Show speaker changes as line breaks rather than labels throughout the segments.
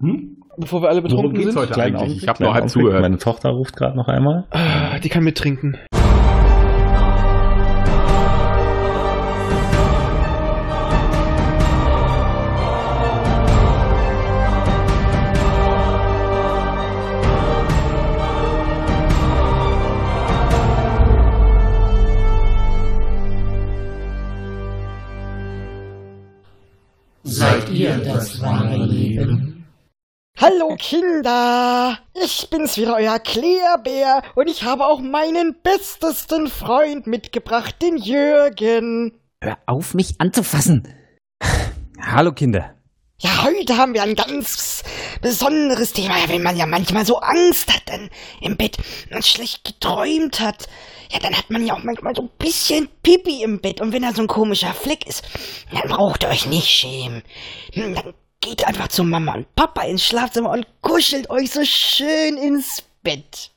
Hm? Bevor wir alle betrunken
geht's
sind.
heute
Kleinen
eigentlich?
Augenblick,
Ich habe nur
kleinen
halb
Augenblick.
zugehört.
Meine Tochter ruft gerade noch einmal.
Ah, die kann mittrinken.
Seid ihr das wahre Leben?
Hallo Kinder, ich bin's wieder, euer Klärbär, und ich habe auch meinen bestesten Freund mitgebracht, den Jürgen.
Hör auf, mich anzufassen. Hallo Kinder.
Ja, heute haben wir ein ganz besonderes Thema, ja, wenn man ja manchmal so Angst hat dann im Bett und schlecht geträumt hat. Ja, dann hat man ja auch manchmal so ein bisschen Pipi im Bett und wenn da so ein komischer Fleck ist, dann braucht ihr euch nicht schämen. Hm, Dann geht einfach zu Mama und Papa ins Schlafzimmer und kuschelt euch so schön ins Bett.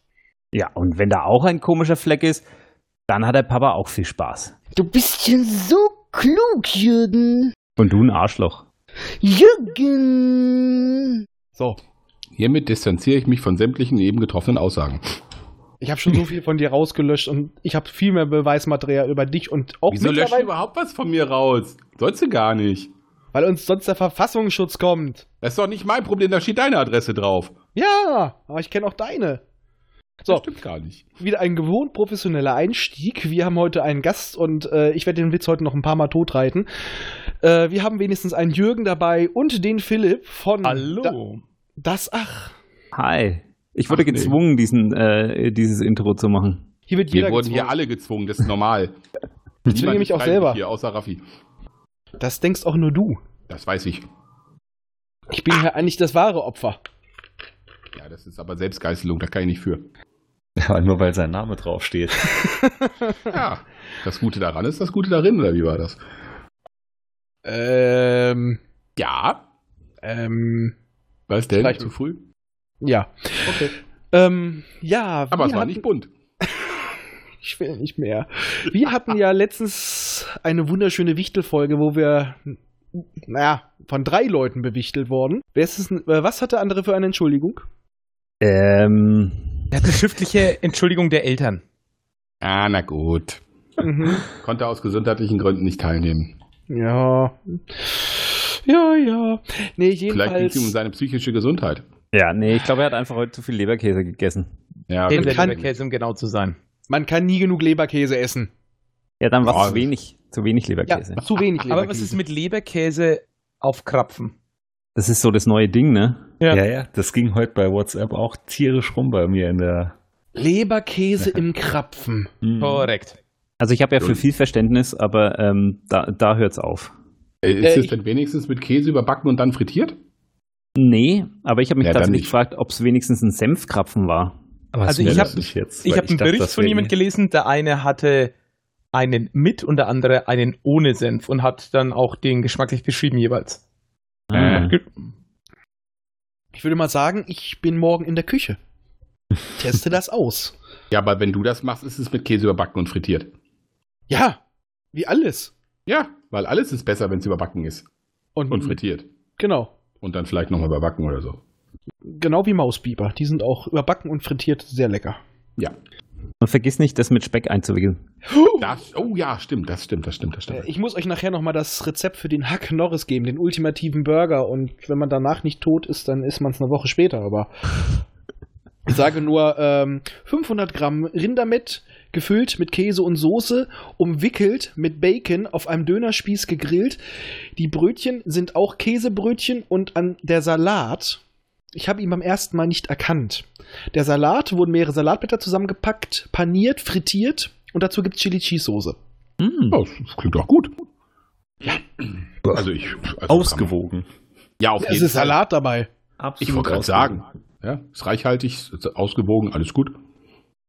Ja, und wenn da auch ein komischer Fleck ist, dann hat der Papa auch viel Spaß.
Du bist ja so klug, Jürgen.
Und du ein Arschloch.
Jürgen.
So, hiermit distanziere ich mich von sämtlichen eben getroffenen Aussagen.
Ich habe schon so viel von dir rausgelöscht und ich habe viel mehr Beweismaterial über dich und auch
Wieso löscht du
mittlerweile,
überhaupt was von mir raus? Sollst du gar nicht.
weil uns sonst der Verfassungsschutz kommt.
Das ist doch nicht mein Problem, da steht deine Adresse drauf.
Ja, aber ich kenne auch deine. So.
Das stimmt gar nicht.
Wieder ein gewohnt professioneller Einstieg. Wir haben heute einen Gast und äh, ich werde den Witz heute noch ein paar Mal totreiten. Äh, wir haben wenigstens einen Jürgen dabei und den Philipp von Da, das Ach.
Hi. Ich wurde
Ach, nee.
gezwungen, diesen, äh, dieses Intro zu machen.
Hier wird
Wir
jeder
wurden hier
gezwungen.
alle gezwungen, das ist normal.
Ich zwinge mich auch selber.
Hier, außer Raffi.
Das denkst auch nur du.
Das weiß ich.
Ich
Ah.
bin ja eigentlich das wahre Opfer.
Ja, das ist aber Selbstgeißelung, da kann ich nicht für.
Aber nur weil sein Name draufsteht.
Ja, das Gute daran ist das Gute darin, oder wie war das?
Ähm,
Ja.
ähm,
Was denn?
Reicht
Zu
mir.
früh?
ja.
Okay.
Ähm, ja.
Aber
wir
es war
hatten-
nicht bunt.
Ich will nicht mehr. Wir hatten ja letztens eine wunderschöne Wichtelfolge, wo wir, naja, von drei Leuten bewichtelt wurden. Wer ist es, denn- äh, was hat der andere für eine Entschuldigung?
Ähm.
Er hat eine schriftliche Entschuldigung der Eltern.
Ah, na gut.
Mhm.
Konnte aus gesundheitlichen Gründen nicht teilnehmen.
Ja. Ja, ja. Nee,
Vielleicht ging es ihm um
jedenfalls.
seine psychische Gesundheit.
Ja, nee, ich glaube, er hat einfach heute zu viel Leberkäse gegessen.
Ja,
Dem
das
der
kann-
Leberkäse, um genau zu sein.
Man kann nie genug Leberkäse essen.
Ja, dann war
Ja,
es zu wenig. Zu wenig
Ja,
Leberkäse.
zu wenig Leberkäse.
Aber was ist mit Leberkäse auf Krapfen?
Das ist so das neue Ding, ne?
Ja.
Ja, ja, das ging heute bei WhatsApp auch tierisch rum bei mir in der.
Leberkäse im Krapfen?
Hm.
Mhm.
Korrekt.
Also ich habe ja für
Und-
viel Verständnis, aber ähm, da, da hört's auf.
Äh, Ist
Äh,
es
ich-
denn wenigstens mit Käse überbacken und dann frittiert?
Nee, aber ich habe mich
Ja, dann
tatsächlich
nicht.
gefragt, ob es wenigstens ein Senfkrapfen war.
Also ich
Ja,
habe
das nicht jetzt,
ich
weil
hab einen
dachte,
Bericht
das
von
wär-
jemand gelesen, der eine hatte einen mit und der andere einen ohne Senf und hat dann auch den geschmacklich beschrieben jeweils.
Ah.
Ge-
Ich würde mal sagen, ich bin morgen in der Küche. Teste das aus.
Ja, aber wenn du das machst, ist es mit Käse überbacken und frittiert.
Ja, wie alles.
Ja, weil alles ist besser, wenn es überbacken ist
Mhm.
und frittiert.
Genau.
Und dann vielleicht nochmal überbacken oder so.
Genau wie Mauspieper. Die sind auch überbacken und frittiert sehr lecker.
Ja.
Oh.
Und vergiss nicht, das mit Speck einzuwickeln.
Das, oh ja, stimmt, das stimmt, das stimmt, das
Äh,
stimmt.
Ich muss euch nachher nochmal das Rezept für den Hack Norris geben, den ultimativen Burger. Und wenn man danach nicht tot ist, dann isst man es eine Woche später. Aber ich sage nur, ähm, 500 Gramm Rindermett, gefüllt mit Käse und Soße, umwickelt mit Bacon, auf einem Dönerspieß gegrillt. Die Brötchen sind auch Käsebrötchen und an der Salat. Ich habe ihn beim ersten Mal nicht erkannt. Der Salat wurden mehrere Salatblätter zusammengepackt, paniert, frittiert und dazu gibt's Chili Cheese Soße.
Hm.
Oh, das klingt doch gut. Ja. Also ich. Also
Ausgewogen.
Ja, auf
Ja, Es
jeden
ist
Fall.
Salat dabei.
Absolut
Ich wollte gerade
ausgewogen.
sagen. Ja, ist reichhaltig, ist ausgewogen, alles gut.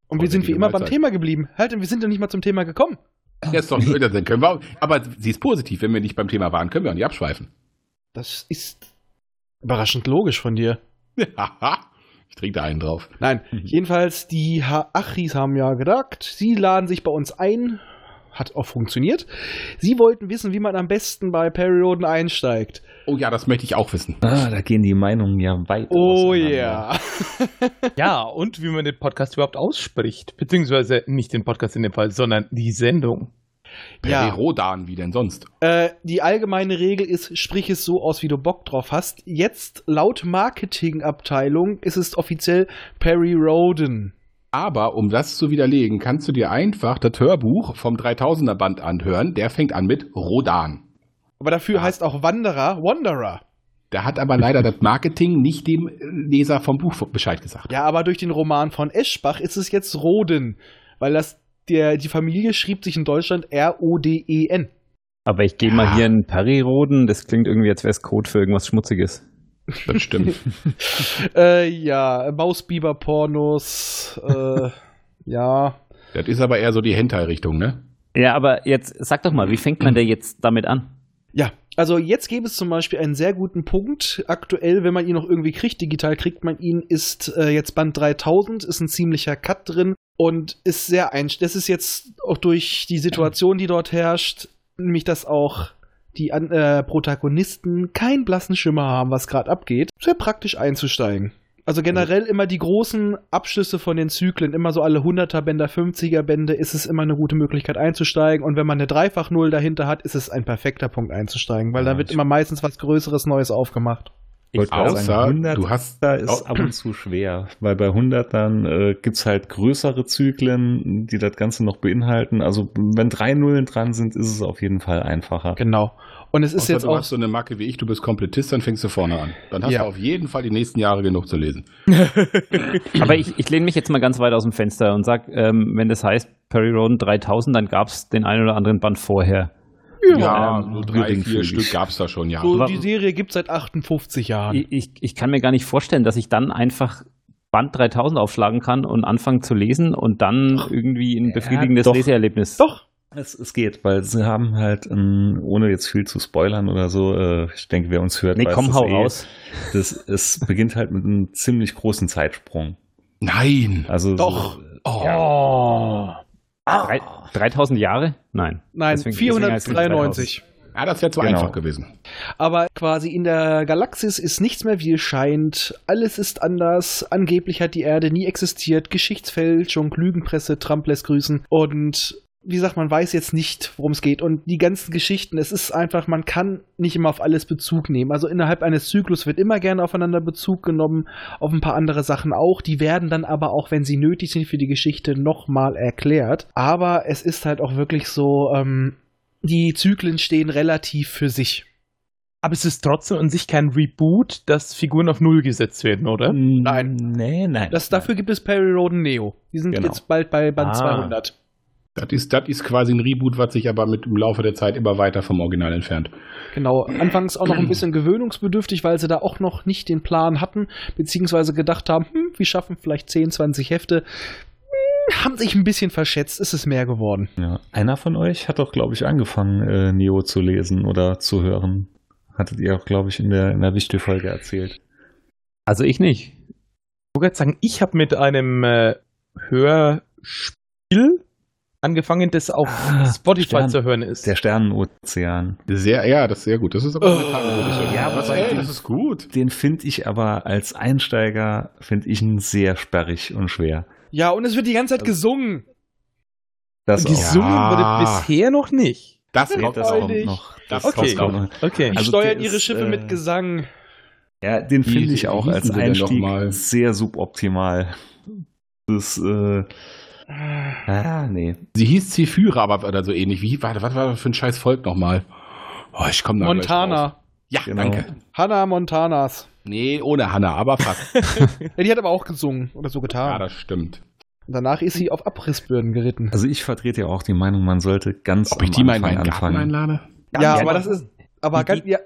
Und wir
Oder
sind wie
die
immer beim
Mahlzeit.
Thema geblieben. Halt, wir sind ja nicht mal zum Thema gekommen.
Ja, ist doch dann können wir auch, Aber sie ist positiv, wenn wir nicht beim Thema waren, können wir auch nicht abschweifen.
Das ist überraschend logisch von dir.
ich trinke da einen drauf.
Nein,
Mhm.
jedenfalls, die ha Achis haben ja gedacht, sie laden sich bei uns ein Hat auch funktioniert. Sie wollten wissen, wie man am besten bei Perioden einsteigt.
Oh ja, das möchte ich auch wissen.
Ah, da gehen die Meinungen ja weit
Oh
auseinander.
ja.
Ja, und wie man den Podcast überhaupt ausspricht. Beziehungsweise nicht den Podcast in dem Fall, sondern die Sendung.
Ja.
Rodan, wie denn sonst?
Äh, die allgemeine Regel ist, sprich es so aus, wie du Bock drauf hast. Jetzt laut Marketingabteilung ist es offiziell Perry Roden.
Aber um das zu widerlegen, kannst du dir einfach das Hörbuch vom 3000er Band anhören. Der fängt an mit Rodan.
Aber dafür heißt auch Wanderer Wanderer.
Der hat aber leider das Marketing nicht dem Leser vom Buch Bescheid gesagt.
Ja, aber durch den Roman von Eschbach ist es jetzt Roden, weil das der die Familie schrieb sich in Deutschland R O D E N.
Aber ich gehe mal hier in Perry roden. Das klingt irgendwie, als wäre es Code für irgendwas Schmutziges.
Das stimmt.
Äh, ja, Mausbiber Pornos. Äh, ja.
das ist aber eher so die Hentai-Richtung, ne?
Ja, aber jetzt sag doch mal, wie fängt man denn jetzt damit an?
Ja, also jetzt gäbe es zum Beispiel einen sehr guten Punkt. Aktuell, wenn man ihn noch irgendwie kriegt, digital kriegt man ihn, ist äh, jetzt Band 3000, ist ein ziemlicher Cut drin und ist sehr ein. Das ist jetzt auch durch die Situation, die dort herrscht, nämlich dass auch die An äh, Protagonisten keinen blassen Schimmer haben, was gerade abgeht. Sehr praktisch einzusteigen. Also generell immer die großen Abschlüsse von den Zyklen, immer so alle 100er Bänder, 50er Bände, ist es immer eine gute Möglichkeit einzusteigen. Und wenn man eine Dreifach-Null dahinter hat, ist es ein perfekter Punkt einzusteigen, weil da
Ja,
wird
ich-
immer meistens was Größeres Neues aufgemacht.
Ich wollte gerade
Außer,
sagen, 100
du hast-
da ist
au-
ab und zu schwer, weil bei 100 dann äh, gibt es halt größere Zyklen, die das Ganze noch beinhalten. Also wenn drei Nullen dran sind, ist es auf jeden Fall einfacher.
Genau. Und es ist
Außer
jetzt
du
auch.
hast so eine Marke wie ich, du bist Komplettist, dann fängst du vorne an. Dann hast
Ja.
du auf jeden Fall die nächsten Jahre genug zu lesen.
Aber ich, ich lehne mich jetzt mal ganz weit aus dem Fenster und sag, ähm, wenn das heißt Perry Roden 3000, dann gab es den einen oder anderen Band vorher.
Ja,
ähm,
so drei, vier
geringfügig.
Stück gab es da schon, ja.
so,
aber-
die Serie gibt seit 58 Jahren.
Ich, ich, ich kann mir gar nicht vorstellen, dass ich dann einfach Band 3000 aufschlagen kann und anfangen zu lesen und dann irgendwie ein befriedigendes
doch.
Leseerlebnis.
Doch.
Es, es geht, weil sie haben halt, ähm, ohne jetzt viel zu spoilern oder so, äh, ich denke, wer uns hört,
Nee, komm,
das
hau
eh.
raus.
Das, es beginnt halt mit einem ziemlich großen Zeitsprung.
Nein.
Also
Doch.
So,
Oh.
Drei, 3000 Jahre? Nein.
Nein,
Deswegen- deswegen heißt es
493.
Ja, das wäre zu
Genau.
einfach gewesen.
Aber quasi in der Galaxis ist nichts mehr wie es scheint. Alles ist anders. Angeblich hat die Erde nie existiert. Geschichtsfälschung, Lügenpresse, Trump lässt grüßen. Und wie gesagt, man weiß jetzt nicht, worum es geht. Und die ganzen Geschichten, es ist einfach, man kann nicht immer auf alles Bezug nehmen. Also innerhalb eines Zyklus wird immer gerne aufeinander Bezug genommen, auf ein paar andere Sachen auch. Die werden dann aber auch, wenn sie nötig sind für die Geschichte, nochmal erklärt. Aber es ist halt auch wirklich so, ähm, die Zyklen stehen relativ für sich.
Aber es ist trotzdem an sich kein Reboot, dass Figuren auf Null gesetzt werden, oder?
Nein. ähm, Nee, nein.
Das, dafür gibt es Perry Roden Neo. Die sind
Genau.
jetzt bald bei Band
Ah.
200.
Das ist, das ist quasi ein Reboot, was sich aber mit im Laufe der Zeit immer weiter vom Original entfernt.
Genau. Anfangs auch noch ein bisschen gewöhnungsbedürftig, weil sie da auch noch nicht den Plan hatten, beziehungsweise gedacht haben, hm, wir schaffen vielleicht 10, 20 Hefte. Hm, haben sich ein bisschen verschätzt, ist es mehr geworden.
Ja. Einer von euch hat doch, glaube ich, angefangen, äh, Neo zu lesen oder zu hören. Hattet ihr auch, glaube ich, in der, in der Wichtelfolge erzählt.
Also ich nicht.
Ich wollte gerade sagen, ich habe mit einem äh, Hörspiel angefangen, das auf
Ah,
Spotify
Stern.
zu hören ist.
Der Sternenozean.
Sehr, ja, das ist sehr gut. Das ist aber
Oh.
eine Tagelogische.
Ja,
das,
aber-
ey, das ist gut.
Den finde ich aber als Einsteiger, finde ich ihn sehr sperrig und schwer.
Ja, und es wird die ganze Zeit gesungen.
Das
Und die
auch.
Summen
Ja.
wurde bisher noch nicht.
Das,
Nee,
kommt
das
auch.
kommt noch. Das
Okay.
kommt noch.
Okay.
Die
Also
steuern
der
ihre
ist,
Schiffe
äh,
mit Gesang.
Ja, den
Wie-
finde
wie
ich auch
hießen
als
sie denn noch
Einstieg
mal?
sehr suboptimal. Das, äh, ah, nee.
Sie hieß Zephyra, aber oder so ähnlich. Wie, warte, was war das für ein scheiß Volk nochmal? Oh, ich komme da gleich drauf.
Montana.
Ja,
Genau.
danke.
Hannah Montanas.
Nee, ohne Hanna, aber fast.
Ja, die hat aber auch gesungen oder so
Ah.
ja,
getan.
das stimmt.
Danach ist sie auf Abrissbirnen geritten.
Also ich vertrete ja auch die Meinung, man sollte ganz
Ob ich die mal in
Anfang
meinen Garten
anfangen.
einlade?
Ja,
ja,
aber
doch.
das ist. Aber ganz, ja,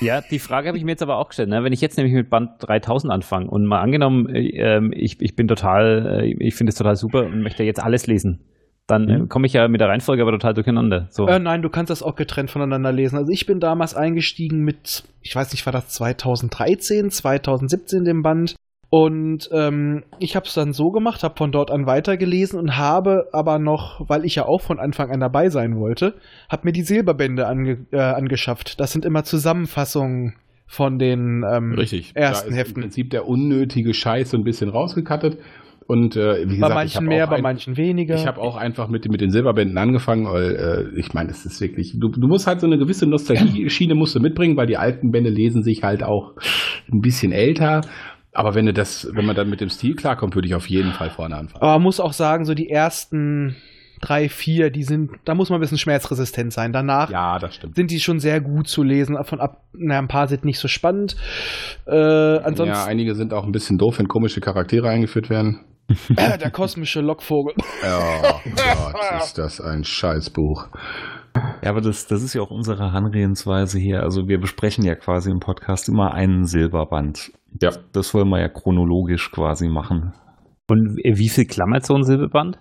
Ja, die Frage habe ich mir jetzt aber auch gestellt. Ne? Wenn ich jetzt nämlich mit Band 3000 anfange und mal angenommen, äh, ähm, ich, ich bin total, äh, ich finde es total super und möchte jetzt alles lesen, dann äh, komme ich ja mit der Reihenfolge aber total durcheinander.
Oh.
So.
Äh, nein, du kannst das auch getrennt voneinander lesen. Also ich bin damals eingestiegen mit, ich weiß nicht, war das 2013, 2017 dem Band. Und ähm, ich habe es dann so gemacht, habe von dort an weitergelesen und habe aber noch, weil ich ja auch von Anfang an dabei sein wollte, habe mir die Silberbände ange äh, angeschafft. Das sind immer Zusammenfassungen von den ähm,
Hm.
Richtig.
ersten
da ist Im
Heften.
Prinzip der unnötige Scheiß so ein bisschen rausgekattet. Und äh, wie
Bei
gesagt, ich
manchen
hab
mehr,
auch
bei
ein-
manchen weniger.
Ich habe auch einfach mit, mit den Silberbänden angefangen, weil äh, ich meine, es ist wirklich, du, du musst halt so eine gewisse Nostalgie-Schiene musst du mitbringen, weil die alten Bände lesen sich halt auch ein bisschen älter. Aber wenn du das, wenn man dann mit dem Stil klarkommt, würde ich auf jeden Fall vorne anfangen.
aber man muss auch sagen, so die ersten drei, vier, die sind, da muss man ein bisschen schmerzresistent sein. Danach
Ja, das stimmt.
sind die schon sehr gut zu lesen. Von ab, na, ein paar sind nicht so spannend. Äh, ansonsten
ja, einige sind auch ein bisschen doof, wenn komische Charaktere eingeführt werden.
Äh, der kosmische Lockvogel.
Ja, Gott, ist das ein Scheißbuch.
Ja, aber das, das ist ja auch unsere Herangehensweise hier. Also wir besprechen ja quasi im Podcast immer einen Silberband.
Ja.
Das wollen wir ja chronologisch quasi machen.
Und wie viel klammert so ein Silberband?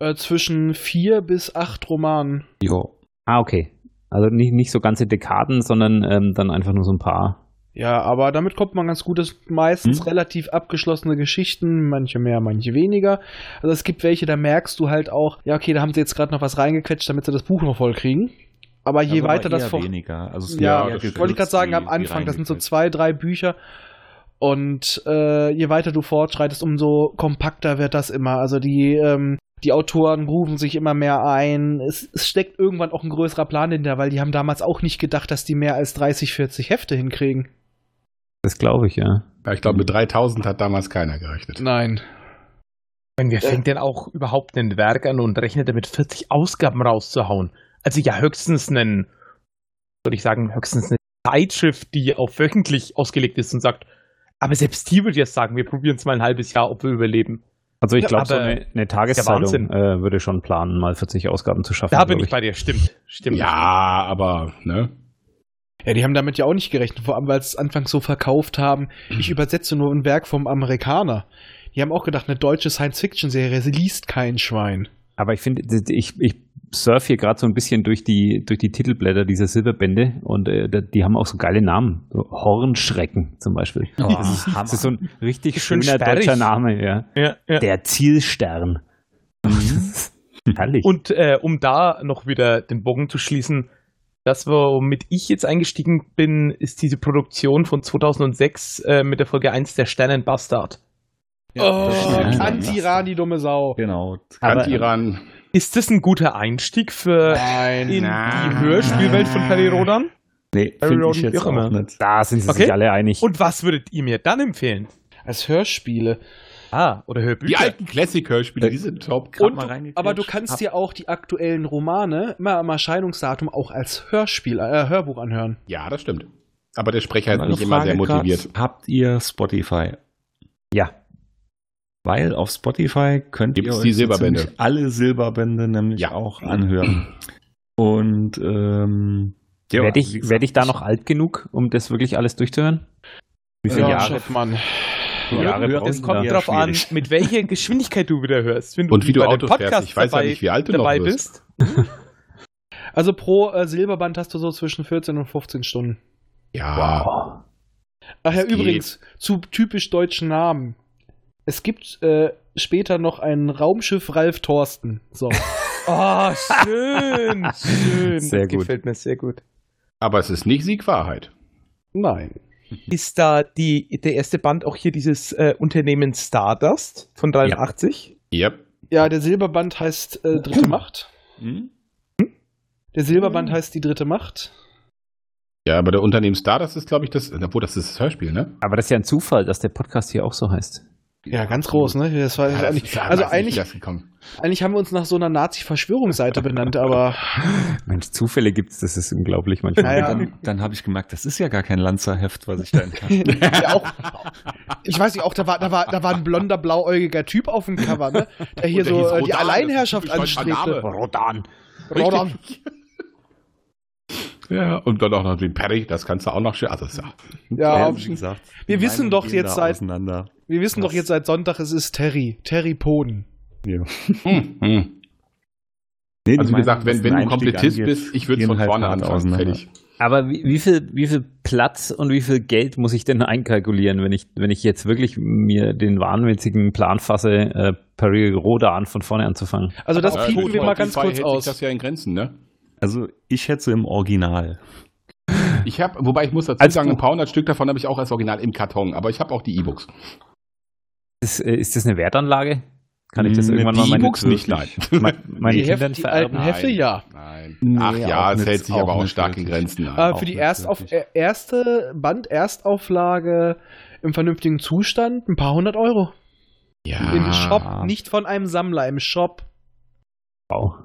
Äh, zwischen vier bis acht Romanen.
Ja.
Ah, okay. Also nicht, nicht so ganze Dekaden, sondern ähm, dann einfach nur so ein paar.
Ja, aber damit kommt man ganz gut. Das sind meistens
Hm.
relativ abgeschlossene Geschichten, manche mehr, manche weniger. Also es gibt welche, da merkst du halt auch, ja, okay, da haben sie jetzt gerade noch was reingequetscht, damit sie das Buch noch voll kriegen. Aber je
Also
weiter
aber
das
eher
vor.
weniger. Also es
Ja,
wird eher
wollte ich gerade
gekürzt,
sagen, am
wie- wie
Anfang, das sind so
reingekürzt.
zwei, drei Bücher. Und äh, je weiter du fortschreitest, umso kompakter wird das immer. Also die, ähm, die Autoren rufen sich immer mehr ein. Es, es steckt irgendwann auch ein größerer Plan hinter, weil die haben damals auch nicht gedacht, dass die mehr als 30, 40 Hefte hinkriegen.
Das glaube ich, ja.
Ja, ich glaube, mit 3000 hat damals keiner gerechnet.
Nein.
Wenn wer fängt denn auch überhaupt ein Werk an und rechnet damit 40 Ausgaben rauszuhauen? Also ja, höchstens einen, würde ich sagen, höchstens eine Zeitschrift, die auf wöchentlich ausgelegt ist und sagt, aber selbst die würde jetzt sagen, wir probieren es mal ein halbes Jahr, ob wir überleben.
Also ich
Ja,
glaube, so
aber
eine, eine Tageszeitung
Wahnsinn.
äh, würde schon planen, mal 40 Ausgaben zu schaffen.
Da bin
glaub
ich bei dir, stimmt, stimmt.
Ja, aber, ne?
Ja, die haben damit ja auch nicht gerechnet, vor allem weil sie es anfangs so verkauft haben. Ich übersetze nur ein Werk vom Amerikaner. Die haben auch gedacht, eine deutsche Science-Fiction-Serie sie liest kein Schwein.
Aber ich finde, das- ich, ich surf hier gerade so ein bisschen durch die, durch die Titelblätter dieser Silberbände und äh, da- die haben auch so geile Namen. So Hornschrecken zum Beispiel. das, ist, das ist so ein richtig
Oh, Schön
schöner
sperrig.
deutscher Name, ja.
Ja, ja. Mhm.
Der Zielstern. Herrlich.
Und äh, um da noch wieder den Bogen zu schließen, das, womit ich jetzt eingestiegen bin, ist diese Produktion von 2006 äh, mit der Folge 1 der Sternenbastard.
Ja,
Oh.
das stimmt.
Anti-Iran, die dumme Sau.
Genau.
Aber-
Anti-Iran.
Ist das ein guter Einstieg für
Nein.
in die Hörspielwelt von Perry Rodan?
Nee,
Harry
finde ich
Roden, wie
jetzt
auch
auch
immer.
nicht.
da sind sie
Okay.
sich alle einig.
Und was würdet ihr mir dann empfehlen?
Als Hörspiele.
Ah, oder
Die
Hörbücher?
alten Classic-Hörspiele, die sind top.
Und
mal
du,
reingequetscht.
aber du kannst dir auch die aktuellen Romane immer am Erscheinungsdatum auch als Hörspiel, äh, Hörbuch anhören.
Ja, das stimmt. Aber der Sprecher ist
Eine
nicht immer
Frage
sehr motiviert.
grad. habt ihr Spotify?
Ja.
Weil auf Spotify könnt
Gibt's
ihr
die
euch so
Silberbände?
ziemlich alle Silberbände nämlich
Ja.
auch anhören. Und ähm, ja,
werde
wie
ich,
gesagt,
werd ich da noch alt genug, um das wirklich alles durchzuhören? Wie viele
ja,
Jahre?
Schaffmann.
Jahre
Ja,
brauchen
es
die
Kommt
da?
drauf
schwierig.
an, mit welcher Geschwindigkeit du wieder hörst. Wenn
Und wie du
bei den
Auto fährst. Ich weiß ja
dabei,
nicht, wie alt du noch
dabei
wirst.
bist.
Also pro äh, Silberband hast du so zwischen 14 und 15 Stunden.
Ja,
Ach ja,
Das geht.
übrigens, zu typisch deutschen Namen. Es gibt äh, später noch ein Raumschiff Ralf Thorsten. So.
Oh, schön, schön.
Sehr
das
gut.
gefällt mir sehr gut.
aber es ist nicht Siegwahrheit.
Nein.
Ist da die, der erste Band auch hier dieses äh, Unternehmen Stardust von 83?
Yep.
Ja, der Silberband heißt äh, Dritte Macht.
Hm?
Der Silberband heißt die Dritte Macht.
Ja, aber der Unternehmen Star, das ist, glaube ich, das, obwohl das ist das Hörspiel, ne?
Aber das ist ja ein Zufall, dass der Podcast hier auch so heißt.
Ja, ganz groß, ne? Das war
das
eigentlich,
ist- ja,
also
weiß nicht, wie
eigentlich,
das gekommen.
eigentlich haben wir uns nach so einer Nazi-Verschwörungsseite benannt, aber
Mensch, Zufälle gibt's, das ist unglaublich manchmal.
Naja.
Dann, dann habe ich gemerkt, das ist ja gar kein Lanzerheft, was ich da in der Tasche
ja, auch, ich weiß nicht, auch da war, da war, da war ein blonder, blauäugiger Typ auf dem Cover, ne? Der hier
Und der
so
hieß
äh, die
Rodan,
Alleinherrschaft
das ist ein typisch
anstrebte.
deutscher
Rodan.
Rodan.
Ja, und dann auch noch den Perry, das kannst du auch noch schön. Also, ist ja.
Ja,
wie gesagt,
Wir
die
wissen
Meinungen
doch
gehen
jetzt
da
seit-
Auseinander.
wir wissen doch
krass.
jetzt seit Sonntag, es ist Terry. Terry Poden.
Hm, hm.
Nee, die
Also, wie gesagt,
Meinungen, was
wenn, wenn
den
du
Einstieg
Komplettist
angeht,
bist, ich würde
gehen
von
halt
vorne
hart
anfangen.
ne?
auseinander.
Fertig.
Aber wie, wie, viel, wie viel Platz und wie viel Geld muss ich denn einkalkulieren, wenn ich, wenn ich jetzt wirklich mir den wahnwitzigen Plan fasse, äh, Peril Rodan von vorne anzufangen?
Also das
Ja,
piepen wir mal ganz
Spotify hält
kurz
sich
aus.
Das ja in Grenzen, ne?
Also ich hätte sie im Original.
Ich habe, wobei ich muss dazu
Als
sagen, ein
Buch.
paar hundert Stück davon habe ich auch als Original im Karton, aber ich habe auch die E-Books.
Ist, äh, ist das eine Wertanlage? Kann ich das
Nee,
irgendwann
die
mal meine,
E-Books nicht, nein.
mein, meine
Die,
Kindern
Heft, die alten
vererben?
Hefte, ja.
Nein.
Nee,
Ach ja,
auch
es
nicht-
hält sich aber
auch
auch
nicht
stark in
wirklich. Ähm,
Grenzen. Nein.
Äh,
Auch
für die
nicht
erst auf,
wirklich.
äh, erste Band, Erstauflage im vernünftigen Zustand ein paar hundert Euro.
ja.
Ah.
Im Shop, nicht von einem Sammler, im Shop.
Wow.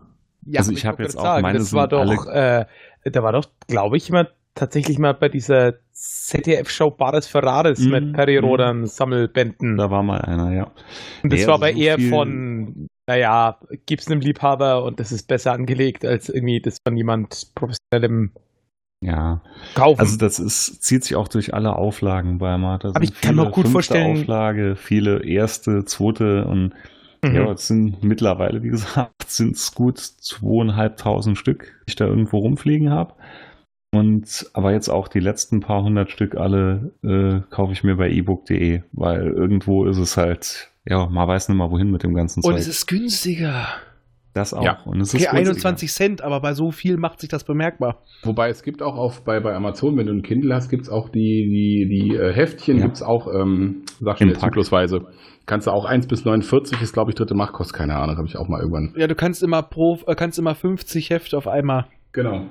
Ja,
Also
aber
ich hab
wollte
jetzt
gerade
auch meine
das war
sind alle-
doch, äh, da war doch, glaube ich, mal tatsächlich mal bei dieser ZDF-Show Bares Ferraris
Mhm.
mit Perry
Mhm.
Rodan Sammelbänden.
Da war mal einer, ja.
Und das
Nee,
war
also
aber
so
eher
viel-
von, naja, gib's einem Liebhaber und das ist besser angelegt, als irgendwie das von jemand professionellem
Ja.
kaufen.
Also das ist, zieht sich auch durch alle Auflagen bei Martha.
Aber ich kann mir gut vorstellen-
Auflage, viele erste, zweite und
Mhm.
Also
ja, es sind mittlerweile, wie gesagt, sind es gut zweieinhalbtausend Stück, die ich da irgendwo rumfliegen habe. Und aber jetzt auch die letzten paar hundert Stück alle äh, kaufe ich mir bei ebook.de, weil irgendwo ist es halt, ja, man weiß nicht mal wohin mit dem ganzen
Und
Zeug.
es ist günstiger.
das auch.
Ja.
Und es
Okay,
ist günstiger.
21 Cent, aber bei so viel macht sich das bemerkbar.
Wobei es gibt auch auf, bei, bei Amazon, wenn du ein Kindle hast, gibt es auch die, die, die äh, Heftchen,
Ja.
gibt es auch, ähm, sag
Im
schon,
Pack.
zyklusweise. Kannst du auch 1 bis 49, ist glaube ich dritte Macht, kostet keine Ahnung, habe ich auch mal irgendwann.
Ja, du kannst immer pro, äh, kannst immer 50 Hefte auf einmal.
Genau.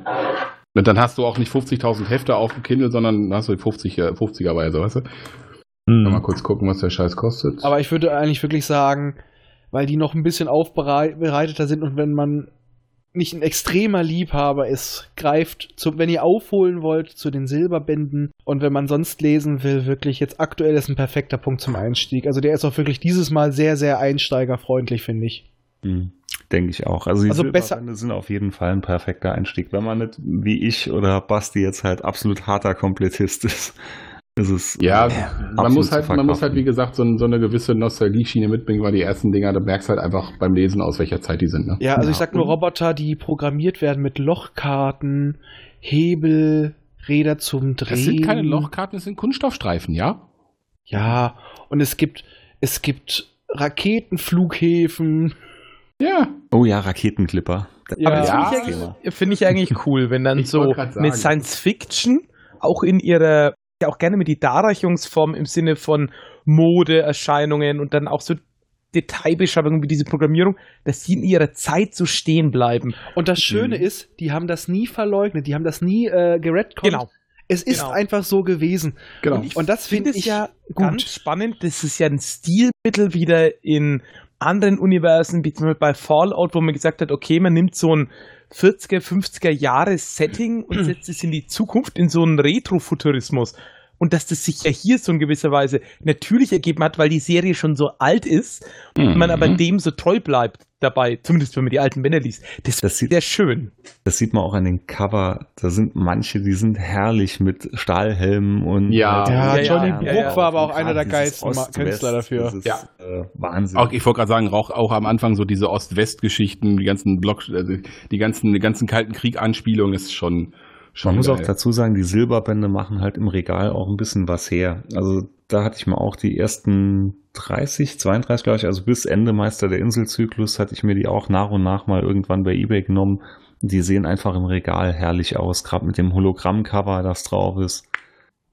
Und dann hast du auch nicht 50.000 Hefte auf dem Kindle, sondern hast du die 50, äh, 50er-Weise, weißt du? Noch Mal
Hm.
kurz gucken, was der Scheiß kostet.
Aber ich würde eigentlich wirklich sagen, weil die noch ein bisschen aufbereiteter sind und wenn man nicht ein extremer Liebhaber ist, greift, zu, wenn ihr aufholen wollt, zu den Silberbänden. Und wenn man sonst lesen will, wirklich jetzt aktuell ist ein perfekter Punkt zum Einstieg. Also der ist auch wirklich dieses Mal sehr, sehr einsteigerfreundlich, finde ich.
Mhm. Denke ich auch. Also, die
Also
also
besser-
sind auf jeden Fall ein perfekter Einstieg. Wenn man nicht wie ich oder Basti jetzt halt absolut harter Komplettist ist, ist es.
Ja, man
absolut
muss,
zu
halt, man muss halt,
verkraften.
wie gesagt, so, ein- so eine gewisse Nostalgie-Schiene mitbringen, weil die ersten Dinger, da merkst du halt einfach beim Lesen, aus welcher Zeit die sind. Ne?
Ja, also
Ja,
ich sag nur
und-
Roboter, die programmiert werden mit Lochkarten, Hebel, Räder zum Drehen.
Das sind keine Lochkarten, das sind Kunststoffstreifen, ja?
Ja, und es gibt, es gibt Raketenflughäfen.
Ja.
Oh ja, Raketenclipper. Das
Ja.
ist
Ja.
das Thema.
Finde ich eigentlich cool, wenn dann
Ich
so
wollt grad sagen.
mit Science Fiction auch in ihrer, ja auch gerne mit die Darreichungsform im Sinne von Modeerscheinungen und dann auch so Detailbeschreibungen wie diese Programmierung, dass die in ihrer Zeit so stehen bleiben.
Und das Schöne
Mhm.
ist, die haben das nie verleugnet, die haben das nie äh, geredconnt. Es ist
Genau.
einfach so gewesen.
Genau.
Und das finde ich ja
Ganz
gut.
spannend, das ist ja ein Stilmittel wieder in anderen Universen, wie zum Beispiel bei Fallout, wo man gesagt hat, okay, man nimmt so ein 40er, 50er Jahre Setting
Hm.
und setzt es in die Zukunft in so einen Retrofuturismus. Und dass das sich ja hier so in gewisser Weise natürlich ergeben hat, weil die Serie schon so alt ist, man aber
Mhm.
dem so treu bleibt dabei, zumindest wenn man die alten Bände liest. Das,
Das
ist
sieht-
sehr schön.
Das sieht man auch an den Cover. Da sind manche, die sind herrlich mit Stahlhelmen und. halt
Ja.
Ja,
Ja,
Johnny
ja,
Brook
ja, ja.
war aber auch
Gerade
einer der
dieses
geilsten Ma-
Ost-West,
Künstler dafür.
dieses,
Ja.
Äh, Wahnsinn.
Auch, ich wollte gerade sagen, auch, auch am Anfang so diese Ost-West-Geschichten, die ganzen Block, also die ganzen, die ganzen Kalten Krieg-Anspielungen ist schon, schon
Man muss auch
geil.
dazu sagen, die Silberbände machen halt im Regal auch ein bisschen was her. Also da hatte ich mal auch die ersten 30, 32, glaube ich, also bis Ende Meister der Inselzyklus hatte ich mir die auch nach und nach mal irgendwann bei eBay genommen. Die sehen einfach im Regal herrlich aus, gerade mit dem Hologrammcover, das drauf ist.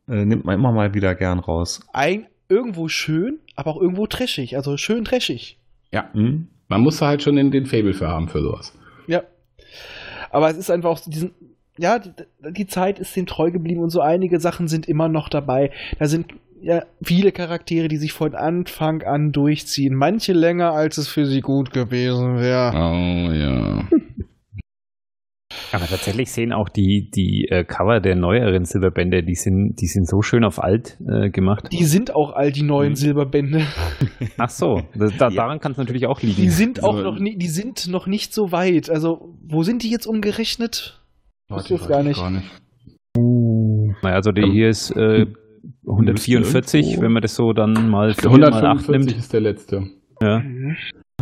Äh, nimmt man immer mal wieder gern raus.
Ein, irgendwo schön, aber auch irgendwo trashig. Also schön trashig.
Hm?
Man muss da halt schon den, den Fable für haben für sowas.
Ja. Aber es ist einfach auch so diesen. Ja, die, die Zeit ist dem treu geblieben und so einige Sachen sind immer noch dabei. Da sind ja viele Charaktere, die sich von Anfang an durchziehen. Manche länger, als es für sie gut gewesen wäre.
Oh ja.
Aber tatsächlich sehen auch die, die äh, Cover der neueren Silberbände, die sind, die sind so schön auf alt äh, gemacht.
Die sind auch all die neuen
Mhm.
Silberbände.
Ach so, das, da,
Ja.
daran kann es natürlich auch
Die
liegen.
sind auch
So,
noch, ni- die sind noch nicht so weit. Also, wo sind die jetzt umgerechnet? Wusste ich gar nicht.
Naja, also die hier ist äh,
Hm.
144,
irgendwo-
wenn man das so dann mal, vier mal 8
145
nimmt.
ist der letzte.
Ja.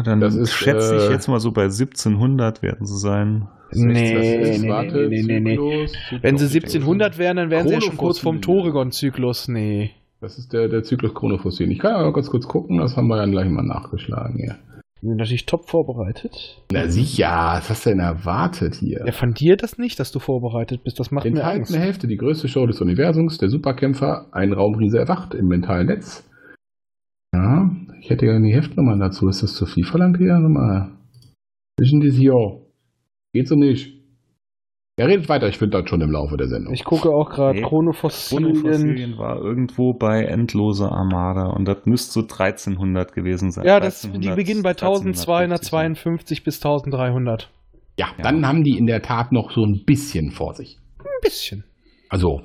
Dann
Das ist,
schätze ich
äh,
jetzt mal so bei 1700 werden sie sein.
Nee,
das
nee, nee,
warte,
nee, nee, nee.
Zyklus, Zyklus,
Wenn sie
Zyklus.
1700 wären, dann wären sie ja schon kurz
Chronophosphinen.
vom Toregon-Zyklus. Nee.
Das ist der, der Zyklus Chronofossil. Ich kann ja mal ganz kurz gucken, das haben wir dann gleich mal nachgeschlagen hier.
Wir sind natürlich top vorbereitet.
Na sicher, was hast du denn erwartet hier?
Ja, von dir das nicht, dass du vorbereitet bist. Das macht mir
Enthaltene
Angst.
Hälfte, die größte Show des Universums, der Superkämpfer, ein Raumriese erwacht im mentalen Netz. Ja, ich hätte gerne die Heftnummern dazu. Ist das zu viel verlangt hier? Sag mal. Zwischen die hier. Geht so nicht. um Er redet weiter, ich finde das schon im Laufe der Sendung.
Ich gucke auch gerade
Nee.
Chronofossilien.
Fossilien war irgendwo bei endloser Armada und das müsste so 1300 gewesen sein.
Ja, das, die
1300,
beginnen bei
1350.
1252 bis 1300.
ja, dann haben die in der Tat noch so ein bisschen vor sich.
Ein bisschen.
Also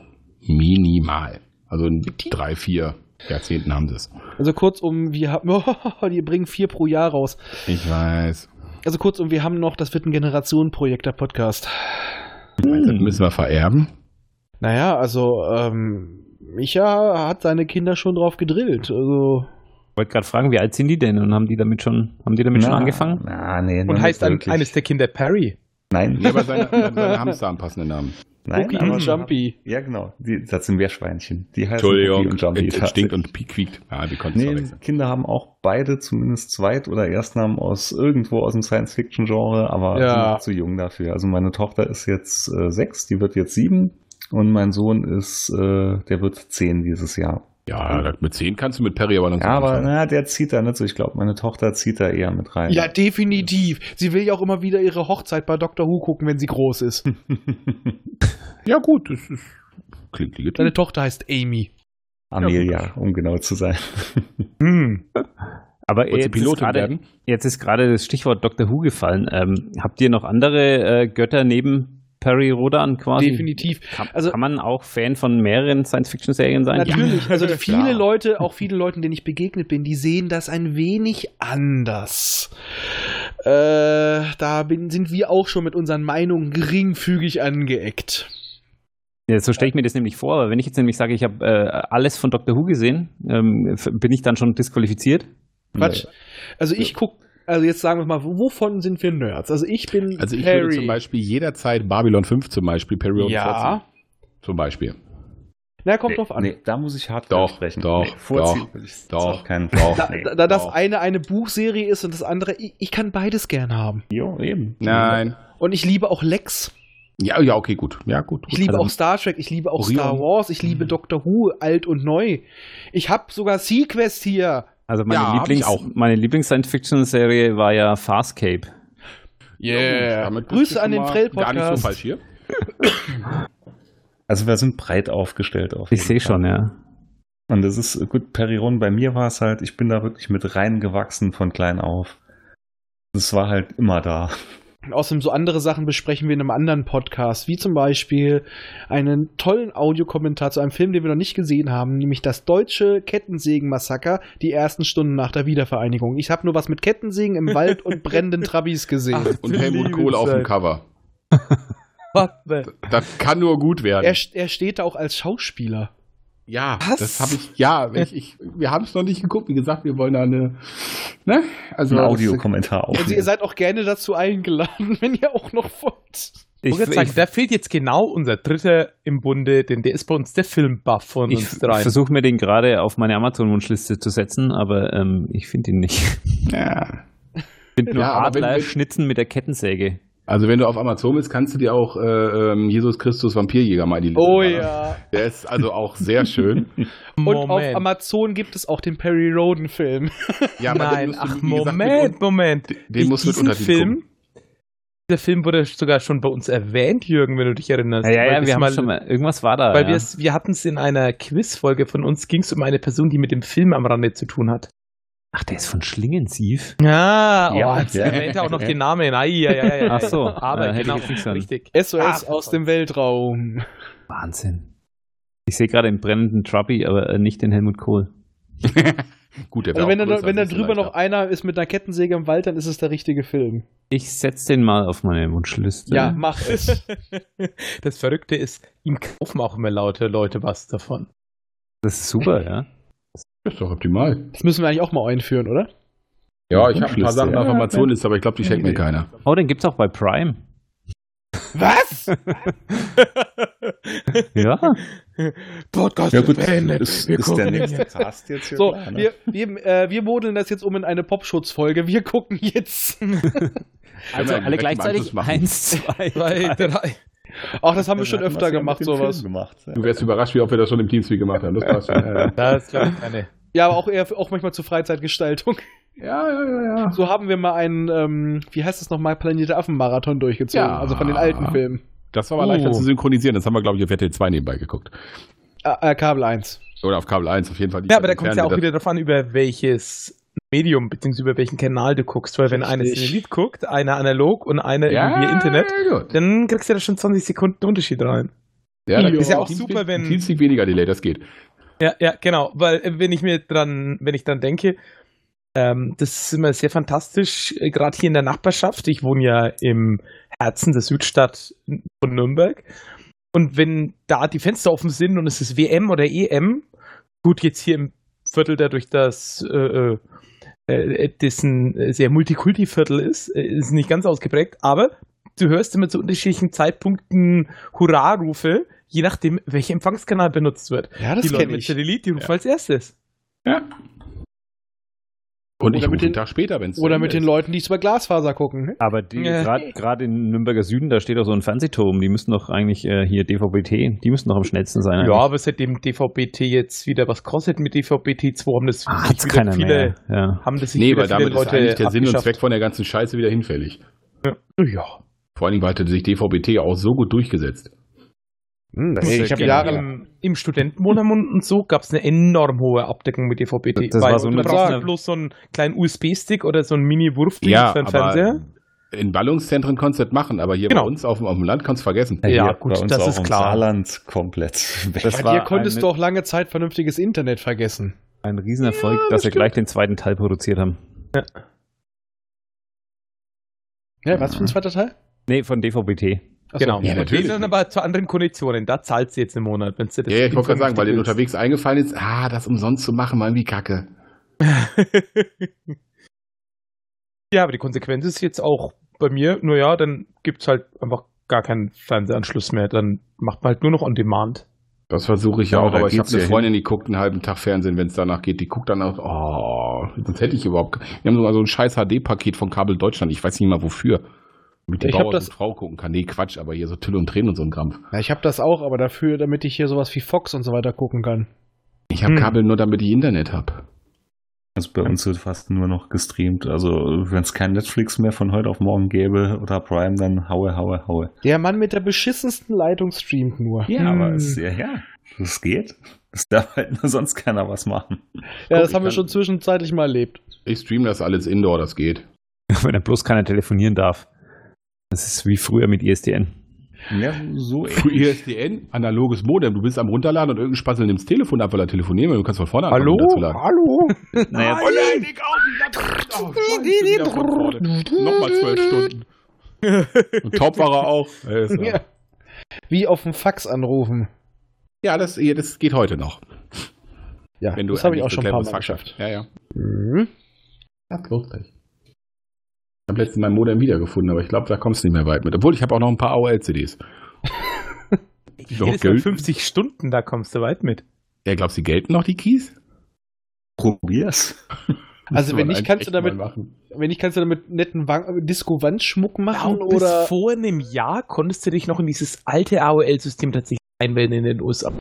minimal. Also in drei, vier Jahrzehnten haben sie es.
Also kurzum, wir haben. Oh, die bringen vier pro Jahr raus.
Ich weiß.
Also kurzum, wir haben noch, das wird ein Generationenprojekt, der Podcast.
Das
Hm.
müssen wir vererben.
Naja, also, ähm, Micha hat seine Kinder schon drauf gedrillt. Also,
wollte gerade fragen, wie alt sind die denn und haben die damit schon, haben die damit schon
Na,
angefangen?
Na, nee, noch
Und
nicht
heißt dann
wirklich.
eines der Kinder Perry.
Nein,
Ja, aber seine, seine Hamster haben passenden Namen.
nein,
Cookie
aber-
und Jumpy.
Ja, genau. Die, das sind Meerschweinchen. Die heißen Cookie
Entschuldigung,
und Jumpy.
es- es
tatsächlich.
stinkt und pi- quiekt. Ja, wir konnten es
Nee,
verwechseln.
Kinder haben auch beide zumindest Zweit- oder Erstnamen aus irgendwo aus dem Science-Fiction-Genre, aber
Ja.
sind noch zu jung dafür. Also meine Tochter ist jetzt äh, sechs, die wird jetzt sieben und mein Sohn ist, äh, der wird zehn dieses Jahr.
Ja, das mit 10 kannst du mit Perry aber langsam
Ja, aber
anfangen.
na, der zieht da nicht so. Ich glaube, meine Tochter zieht da eher mit rein.
ja, definitiv. Sie will ja auch immer wieder ihre Hochzeit bei Dr. Who gucken, wenn sie groß ist.
Ja, gut, das ist, klingt
Deine
legitim.
Tochter heißt Amy.
Amelia, um genau zu sein.
Hm. Aber
Wollt sie
jetzt ist,
Pilotin
gerade,
werden?
jetzt ist gerade das Stichwort Dr. Who gefallen. Ähm, habt ihr noch andere äh, Götter neben Perry Rodan quasi?
Definitiv.
Kann,
Also-
kann man auch Fan von mehreren Science-Fiction-Serien sein?
Natürlich. Also viele
Klar.
Leute, auch viele Leuten, denen ich begegnet bin, die sehen das ein wenig anders. Äh, da bin, sind wir auch schon mit unseren Meinungen geringfügig angeeckt.
Ja, so stelle ich mir das nämlich vor, aber wenn ich jetzt nämlich sage, ich habe äh, alles von Doctor Who gesehen, ähm, f- bin ich dann schon disqualifiziert?
Quatsch. Also ich guck, also jetzt sagen wir mal, wovon sind wir Nerds? Also ich bin
Also ich würde
Harry.
zum Beispiel jederzeit Babylon 5 zum Beispiel, Perry und
ja.
14 zum Beispiel.
Na, kommt drauf an.
Nee, da muss ich hart
Doch,
sprechen.
doch,
vorziehen
doch,
will ich jetzt
doch,
auf keinen Fall.
doch.
Da,
Nee.
da, da das
Wow.
eine eine Buchserie ist und das andere, ich, ich kann beides gern haben.
Jo, eben.
Nein.
Und ich liebe auch Lex.
Ja, ja, okay, gut. Ja, gut.
Ich
gut.
liebe
Also,
auch Star Trek, ich liebe auch
Orion.
Star Wars, ich liebe Doctor Who, alt und neu. Ich habe sogar Sequest hier.
Also meine
Ja, hab ich
Lieblings
auch.
meine Lieblings-Science-Fiction-Serie war ja Farscape.
ja, gut, damit bist
Grüße
du
an
schon
den
mal
Frell-Podcast.
Gar nicht so falsch hier.
Also wir sind breit aufgestellt auf.
Ich
jeden
sehe
Fall.
schon, ja.
Und das ist gut, Periron, bei mir war es halt, ich bin da wirklich mit reingewachsen von klein auf. Das war halt immer da.
Außerdem so andere Sachen besprechen wir in einem anderen Podcast, wie zum Beispiel einen tollen Audiokommentar zu einem Film, den wir noch nicht gesehen haben, nämlich das deutsche Kettensägen-Massaker, die ersten Stunden nach der Wiedervereinigung. Ich habe nur was mit Kettensägen im Wald und brennenden Trabis gesehen.
Und Helmut Kohl auf dem Cover. Das kann nur gut werden.
Er, er steht da auch als Schauspieler.
Ja,
Was?
das habe ich, ja, ich, ich, wir haben es noch nicht geguckt. Wie gesagt, wir wollen da eine, ne? Also,
Ein
das-
Audiokommentar
Also
aufnehmen.
ihr seid auch gerne dazu eingeladen, wenn ihr auch noch wollt.
Ich,
Ich wollte gerade
ich,
sagen, da fehlt jetzt genau unser dritter im Bunde, denn der ist bei uns der Filmbuff von
ich
uns dreien.
versuche mir den gerade auf meine Amazon-Wunschliste zu setzen, aber ähm, ich finde ihn nicht. Ich
Ja.
finde nur
Ja, aber wenn-
Adler
wenn-
schnitzen mit der Kettensäge.
Also, wenn du auf Amazon bist, kannst du dir auch äh, ähm, Jesus Christus Vampirjäger mal die
Oh
Liste machen.
ja.
Der ist also auch sehr schön.
Und
Moment.
auf Amazon gibt es auch den Perry Roden-Film.
Ja, aber den
Nein,
musst du,
ach
wie gesagt,
Moment,
mit-
Moment.
Den
Ich-
musst du mit
diesen
Untertiteln
Film, Der Film wurde sogar schon bei uns erwähnt, Jürgen, wenn du dich erinnerst.
Ja,
Weil
ja, ja,
es
wir
mal-
haben schon Also, mal, irgendwas war da.
Weil
ja.
wir es, wir hatten es in einer Quizfolge von uns, ging es um eine Person, die mit dem Film am Rande zu tun hat.
Ach, der ist von Schlingensief?
Ja,
Ja,
oh, jetzt
ja.
erwähnt er auch noch den Namen. Ei, ei, ei, ei, ei.
Ach so, äh,
aber
hätte ich
genau,
jetzt nicht sagen.
richtig.
SOS
Ach,
aus dem Weltraum.
Wahnsinn. Ich sehe gerade den brennenden Truppy, aber äh, nicht den Helmut Kohl.
Gut, der
Also
wär
wenn,
auch
da,
größer,
wenn da
ein bisschen
drüber noch
leichter.
einer ist mit einer Kettensäge im Wald, dann ist es der richtige Film.
Ich setze den mal auf meine Wunschliste.
Ja, mach es.
Das Verrückte ist, ihm kaufen auch immer laute Leute was davon.
Das ist super, ja.
Ist doch optimal.
Das müssen wir eigentlich auch mal einführen, oder?
Ja, ich habe ein paar
Wunschliste.
Sachen auf Amazon ist, aber ich glaube, die schenkt mir keiner.
Oh, den gibt's auch bei Prime.
Was?
Ja.
Podcast
Ja, gut,
beendet.
ist,
Wir
ist der
gucken
nächste
jetzt.
Cast jetzt hier
So,
klar, ne?
wir, wir, äh, wir modeln das jetzt um in eine Popschutzfolge. Wir gucken jetzt.
Also
Können wir
alle
direkt im Anschluss
gleichzeitig.
machen.
Eins, zwei,
Drei,
drei.
drei.
Ach, das haben wir
Dann
schon
hatten wir's
öfter
ja
gemacht,
mit dem Film
sowas.
Gemacht, ja.
Du wärst überrascht, wie oft wir das schon im Teamspeak gemacht haben. Das passt schon. Ja, ja.
Das glaube ich keine.
Ja, aber auch eher auch manchmal zur Freizeitgestaltung.
ja, ja, ja, ja.
So haben wir mal einen, ähm, wie heißt es nochmal, Planet der Affen-Marathon durchgezogen.
Ja.
Also von den alten Filmen.
Das war aber leichter
Oh.
zu synchronisieren. Das haben wir, glaube ich, auf RTL 2 nebenbei geguckt.
Äh, äh, Kabel 1.
Oder auf Kabel 1 auf jeden Fall.
Ja, aber da kommt es ja auch
Fernseh-
wieder darauf an, über welches Medium bzw. über welchen Kanal du guckst. Weil wenn einer
Richtig.
Satellit guckt, einer analog und einer
ja,
irgendwie Internet,
Gut.
dann kriegst du da schon 20 Sekunden Unterschied rein.
Ja, da
Ist
gibt's
ja auch
Teamspeak-
super, wenn-
Teamspeak weniger Delay, das geht.
Ja, ja, genau. Weil äh, wenn ich mir dran, wenn ich dran denke, ähm, das ist immer sehr fantastisch, äh, gerade hier in der Nachbarschaft. Ich wohne ja im Herzen der Südstadt von Nürnberg. Und wenn da die Fenster offen sind und es ist WM oder EM, gut, jetzt hier im Viertel dadurch, dass äh, äh, äh, das ein äh, sehr Multikulti-Viertel ist, äh, ist nicht ganz ausgeprägt, aber du hörst immer zu unterschiedlichen Zeitpunkten Hurra-Rufe, je nachdem, welcher Empfangskanal benutzt wird
Ja,
die
das
Leute
kenne
mit
ich.
Satellit, die rufen als erstes.
Ja. Und ich
Oder mit
rufe einen
den-
Tag später, wenn es
Oder mit den Leuten, die es über Glasfaser gucken.
Aber die
Ja.
gerade gerade im Nürnberger Süden, da steht doch so ein Fernsehturm. Die müssen doch eigentlich äh, hier DVB-T, die müssen doch am schnellsten sein.
Ja,
eigentlich.
aber seitdem DVBT jetzt wieder was kostet mit DVBT 2, haben das
Ah,
sich
hat's
wieder
keiner
viele,
mehr. Ja.
haben das sich
Nee,
wieder
weil damit ist eigentlich der Sinn und Zweck von der ganzen Scheiße wieder hinfällig.
abgeschafft. Ja.
Vor allen Dingen hatte sich DVB-T auch so gut durchgesetzt.
Ey, ich habe jahrelang.
Im, Im Studentenwohnheim und und so gab es eine enorm hohe Abdeckung mit DVBT.
Das- das
weil
war so
du
eine-
brauchst halt
eine-
bloß so einen kleinen USB-Stick oder so einen Mini-Wurfding für den Fernseher.
in Ballungszentren konntest du das machen, aber hier
Genau.
bei uns auf, dem- auf dem Land kannst du vergessen.
Ja,
Hier
gut,
bei uns
das
auch
ist
im
klar.
Saarland komplett weg.
Das
Bei
war
dir konntest
eine-
du auch lange Zeit vernünftiges Internet vergessen.
Ein Riesenerfolg, dass wir gleich den zweiten Teil produziert haben.
Ja, was für ein zweiter Teil?
Nee, von DVB-t.
Ach so.
Genau.
Ja, natürlich.
Die sind aber zu anderen Konditionen. Da zahlst du jetzt im Monat, wenn du das
Ja, ja, ich wollte gerade sagen, weil denen
vernünftig
unterwegs eingefallen ist, ah, das umsonst zu machen, war irgendwie kacke.
willst. ja, aber die Konsequenz ist jetzt auch bei mir, naja, dann gibt es halt einfach gar keinen Fernsehanschluss mehr. Dann macht man halt nur noch on demand.
Das versuche ich
Ja,
ja auch,
da
aber ich habe
geht's
eine
ja hin.
Freundin, die guckt einen halben Tag Fernsehen, wenn es danach geht. Die guckt dann auch, oh, sonst hätte ich überhaupt. Wir haben sogar so ein scheiß HD-Paket von Kabel Deutschland, ich weiß nicht mal wofür. Damit die
Ich hab
Bauer
das-
und Frau gucken kann. Nee, Quatsch, aber hier so Tüll und Tränen und so ein Krampf.
Ja, ich habe das auch, aber dafür, damit ich hier sowas wie Fox und so weiter gucken kann.
Ich habe
Hm.
Kabel nur, damit ich Internet habe.
Also bei uns wird fast nur noch gestreamt. Also wenn es kein Netflix mehr von heute auf morgen gäbe oder Prime, dann haue, haue, haue.
Der Mann mit der beschissensten Leitung streamt nur.
Ja, aber
Hm.
es, ja, ja, es geht. Es darf halt nur sonst keiner was machen.
Ja, das
ich
haben wir
kann-
schon zwischenzeitlich mal erlebt.
Ich stream das alles indoor, das geht.
Wenn er bloß keiner telefonieren darf. Das ist wie früher mit ISDN.
Ja, so
Du ISDN, analoges Modem, du bist am Runterladen und irgendein Spassel nimmt das Telefon ab, weil er telefonieren will. Du kannst von vorne anfangen. um
Hallo?
wieder zu laden.
Hallo?
Naja,
Oh nein, leg auf, ich lass- oh, scheiße, wieder von vorne. Nochmal zwölf Stunden. Und top war er auch. Ja, ist er.
Ja. Wie auf dem Fax anrufen.
Ja, das, ja, das geht heute noch.
Ja,
Wenn du
das habe ich
eigentlich
auch
so
schon ein paar
cleveres
Mal
Fuck
geschafft.
hast. Ja, ja.
Mhm.
Das lohnt sich. Ich habe letztens mein Modem wiedergefunden, aber ich glaube, da kommst du nicht mehr weit mit. Obwohl, ich habe auch noch ein paar AOL-CDs.
Jedes Mal 50 Stunden, da kommst du weit mit.
Ja, glaubst du, die gelten noch, die Keys?
probier's.
Also wenn
Müsste man
nicht, kannst du
eigentlich
damit,
mal machen.
wenn nicht, kannst du damit netten Wan- Disco-Wandschmuck machen
Glaub,
oder.
Bis vor einem Jahr konntest du dich noch in dieses alte AOL-System tatsächlich einwählen in den USA.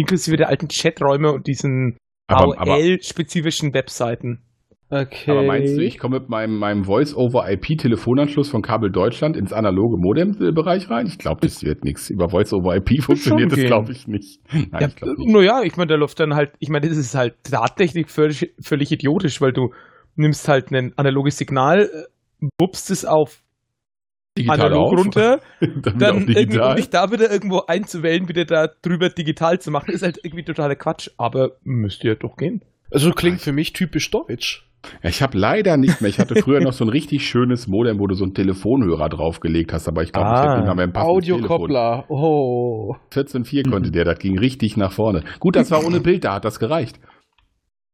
Inklusive der alten Chaträume und diesen
Aber, aber,
AOL-spezifischen Webseiten.
Okay.
aber meinst du, ich komme mit meinem, meinem Voice-over-IP-Telefonanschluss von Kabel Deutschland ins analoge Modem-Bereich rein? Ich glaube, das wird nichts. Über Voice-over-IP funktioniert das,
gehen.
glaube ich, nicht. Nein,
Ja,
ich glaube nicht.
naja, ich meine, da läuft dann halt, ich meine, das ist halt tatsächlich völlig, völlig idiotisch, weil du nimmst halt ein analoges Signal, äh, wuppst es auf analog
auf,
runter
Dann, wieder auf
dann irgendwie, um
digital.
dich da wieder irgendwo einzuwählen, wieder da drüber digital zu machen, ist halt irgendwie totaler Quatsch, aber müsste ja doch gehen.
Also klingt für mich typisch deutsch.
Ja, Ich habe leider nicht mehr. Ich hatte früher noch so ein richtig schönes Modem, wo du so einen Telefonhörer draufgelegt hast, aber ich glaube, ich
Ah,
hätte nicht mal mehr ein passendes Telefon.
Audiokoppler. Oh.
14.4 konnte der, das ging richtig nach vorne. Gut, das war ohne Bild, da hat das gereicht.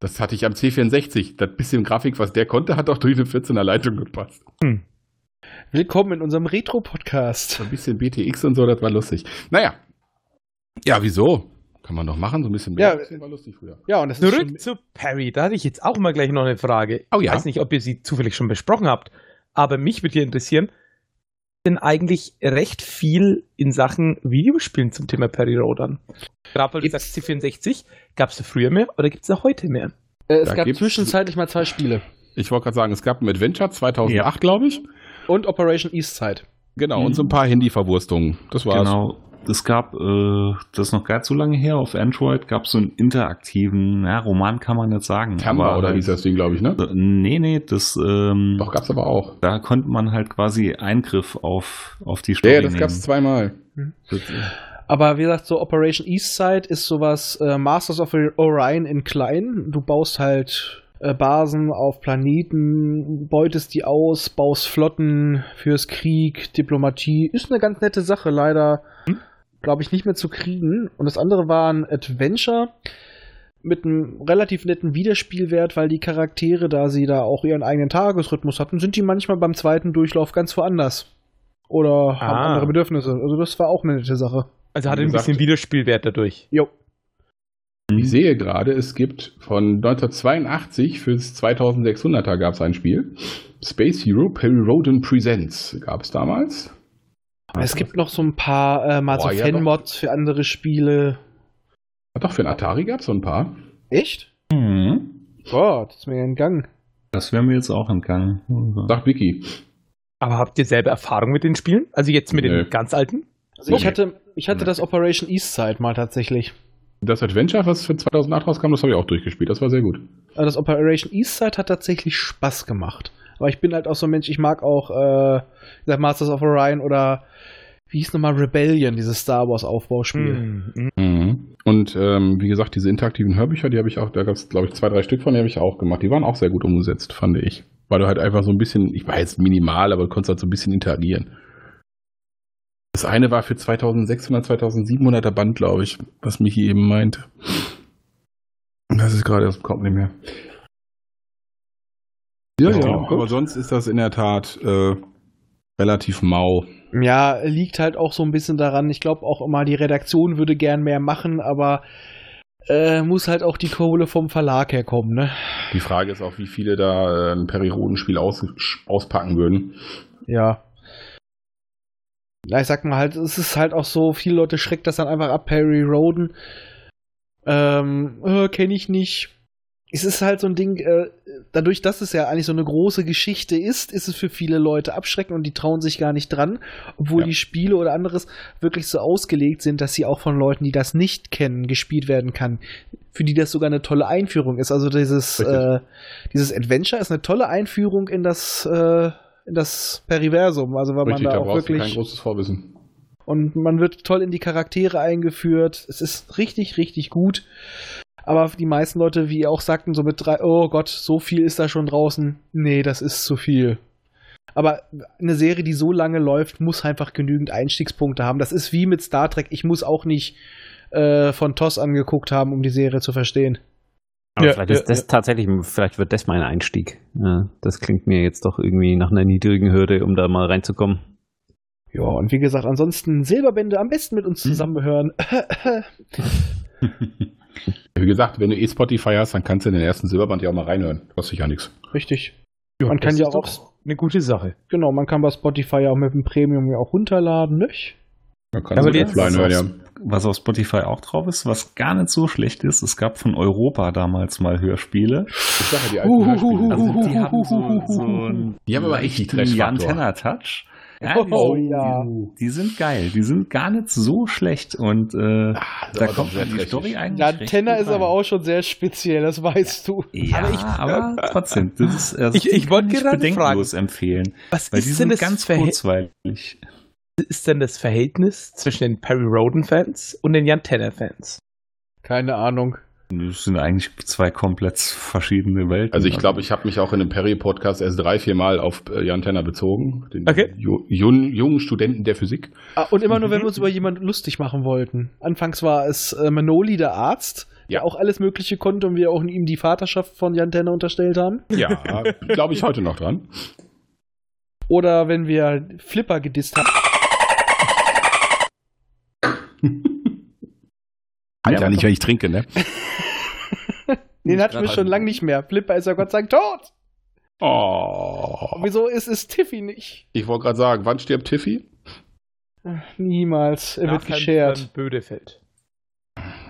Das hatte ich am C64. Das bisschen Grafik, was der konnte, hat auch durch eine 14er Leitung gepasst.
Willkommen in unserem Retro-Podcast.
Ein bisschen BTX und so, das war lustig. Naja. Ja, wieso? Kann man doch machen, so ein bisschen
Ja,
BTX war lustig früher.
Ja, und das ist schon,
Zurück zu Perry. Da hatte ich jetzt auch mal gleich noch eine Frage.
Oh ja.
Ich weiß nicht, ob ihr sie zufällig schon besprochen habt, aber mich würde hier interessieren, denn eigentlich recht viel in Sachen Videospielen zum Thema Perry Road an. Gerade weil du
Gibt's-
sagst, C64 gab es da früher mehr oder gibt es da heute mehr?
äh, es
da
gab
gibt's-
zwischenzeitlich mal zwei Spiele.
Ich wollte gerade sagen, es gab ein Adventure 2008, glaube ich.
Und Operation Eastside.
Genau,
Mhm.
und so ein paar Handy-Verwurstungen. Das war's.
Genau. Es gab, äh, das ist noch gar zu lange her, auf Android gab es so einen interaktiven, ja, Roman kann man nicht sagen.
Tamba oder hieß das Ding, glaube ich, ne?
Äh, Nee, nee, das, ähm,
Doch, gab's aber auch.
da konnte man halt quasi Eingriff auf, auf die
Ja,
Story
ja, das gab's zweimal.
Aber wie gesagt, so Operation Eastside ist sowas äh, Masters of Orion in klein. Du baust halt äh, Basen auf Planeten, beutest die aus, baust Flotten fürs Krieg, Diplomatie. Ist eine ganz nette Sache, leider, glaube ich, nicht mehr zu kriegen. Und das andere war ein Adventure mit einem relativ netten Wiederspielwert, weil die Charaktere, da sie da auch ihren eigenen Tagesrhythmus hatten, sind die manchmal beim zweiten Durchlauf ganz woanders. Oder haben
Ah.
andere Bedürfnisse. Also das war auch eine nette Sache.
Also hatte
Wie
ein
gesagt-
bisschen Wiederspielwert dadurch.
Jo.
Ich sehe gerade, es gibt von 1982 fürs 2600er gab es ein Spiel. Space Hero Perry Roden Presents gab es damals.
Es gibt noch so ein paar äh, mal so
Boah, ja,
Fan-Mods für andere Spiele.
Ah, Doch, für ein Atari gab es so ein paar.
Echt?
Mhm.
Gott, ist mir entgangen.
Das wäre mir jetzt auch entgangen.
Sagt Vicky.
Aber habt ihr selber Erfahrung mit den Spielen? Also jetzt mit
Nö.
den ganz alten?
Also ich
Okay.
hatte, ich hatte
Okay.
das Operation Eastside mal tatsächlich.
Das Adventure, was für 2008 rauskam, das habe ich auch durchgespielt. Das war sehr gut.
Also das Operation Eastside hat tatsächlich Spaß gemacht. Aber ich bin halt auch so ein Mensch, ich mag auch äh, wie gesagt, Masters of Orion oder wie hieß nochmal Rebellion, dieses Star Wars Aufbauspiel.
Mhm.
Und ähm, wie gesagt, diese interaktiven Hörbücher, die habe ich auch, da gab es, glaube ich, zwei, drei Stück von, die habe ich auch gemacht. Die waren auch sehr gut umgesetzt, fand ich. Weil du halt einfach so ein bisschen, ich war jetzt minimal, aber du konntest halt so ein bisschen interagieren. Das eine war für 2600, 2700er Band, glaube ich, was Michi eben meinte. Das ist gerade, das kommt nicht mehr. Ja, ja, aber sonst ist das in der Tat äh, relativ mau.
Ja, liegt halt auch so ein bisschen daran. Ich glaube auch immer, die Redaktion würde gern mehr machen, aber äh, muss halt auch die Kohle vom Verlag herkommen, ne?
Die Frage ist auch, wie viele da äh, ein Perry-Roden-Spiel aus, auspacken würden.
Ja. Ja, ich sag mal halt, es ist halt auch so, viele Leute schreckt das dann einfach ab, Perry Roden. Ähm, äh, kenne ich nicht. Es ist halt so ein Ding, äh, dadurch, dass es ja eigentlich so eine große Geschichte ist, ist es für viele Leute abschreckend und die trauen sich gar nicht dran, obwohl
Ja.
die Spiele oder anderes wirklich so ausgelegt sind, dass sie auch von Leuten, die das nicht kennen, gespielt werden kann. Für die das sogar eine tolle Einführung ist. Also dieses,
Richtig.
äh, dieses Adventure ist eine tolle Einführung in das, äh, in das Periversum. Also weil
Richtig,
man da
da
auch
brauchst du kein
wirklich
großes Vorwissen.
und man wird toll in die Charaktere eingeführt. Es ist richtig, richtig gut. Aber die meisten Leute, wie ihr auch sagten, so mit drei, oh Gott, so viel ist da schon draußen. Nee, das ist zu viel. Aber eine Serie, die so lange läuft, muss einfach genügend Einstiegspunkte haben. Das ist wie mit Star Trek. Ich muss auch nicht äh, von TOS angeguckt haben, um die Serie zu verstehen.
Aber
Ja,
vielleicht
ja,
ist das tatsächlich, vielleicht wird das mein Einstieg. Ja, das klingt mir jetzt doch irgendwie nach einer niedrigen Hürde, um da mal reinzukommen.
Ja, und wie gesagt, ansonsten Silberbände am besten mit uns
Mhm.
zusammenhören.
Wie gesagt, wenn du eh Spotify hast, dann kannst du in den ersten Silberband ja auch mal reinhören. Kostet ja nichts.
Richtig.
Ja,
Man kann
das
ja
ist
auch-
doch eine gute Sache.
Genau, man kann bei Spotify ja auch mit dem Premium ja auch runterladen, nicht?
Man kann
Ja, aber
es
die-
offline hören, ja.
Was auf Spotify auch drauf ist, was gar nicht so schlecht ist, es gab von Europa damals mal Hörspiele.
Ich sage, die alten Hörspiele.
Also die haben so, so einen
Die haben aber echt die
Jan
Trash-Faktor.
Tenner Touch. Ja, die,
Oh,
sind,
ja.
Die, die sind geil, die sind gar nicht so schlecht und äh,
Ah,
da
aber
kommt
sehr
die
trashig.
Story eigentlich.
Ja,
recht
Tenner
gut
ist
rein.
aber auch schon sehr speziell, das weißt du.
Ja, aber, ich, Ah, aber trotzdem, das ist, also
Ich- ich
die
wollte
kann
gerade
bedenkenlos empfehlen,
Was
weil die
ist denn
sind
das
ganz
Verhält-
kurzweilig.
ist denn das Verhältnis zwischen den Perry Roden-Fans und den Jan Tanner-Fans?
Keine Ahnung.
Das sind eigentlich zwei komplett verschiedene Welten.
Also ich glaube, ich habe mich auch in einem Perry-Podcast erst drei, vier Mal auf äh, Jan Tenner bezogen. Den
Okay.
ju- jungen, jungen Studenten der Physik. Mhm.
Ah, und immer nur, wenn wir uns über jemanden lustig machen wollten. Anfangs war es äh, Manoli, der Arzt, ja auch alles Mögliche konnte und wir auch ihm die Vaterschaft von Jan Tenner unterstellt haben.
Ja, glaube ich heute noch dran.
Oder wenn wir Flipper gedisst haben.
Alter, nicht, wenn ich trinke, ne?
Den hatten wir schon lange nicht mehr. Flipper ist ja Gott sei Dank tot.
Oh.
Wieso ist es Tiffy nicht?
Ich wollte gerade sagen, wann stirbt Tiffy?
Niemals. Er wird geshared.
Bödefeld.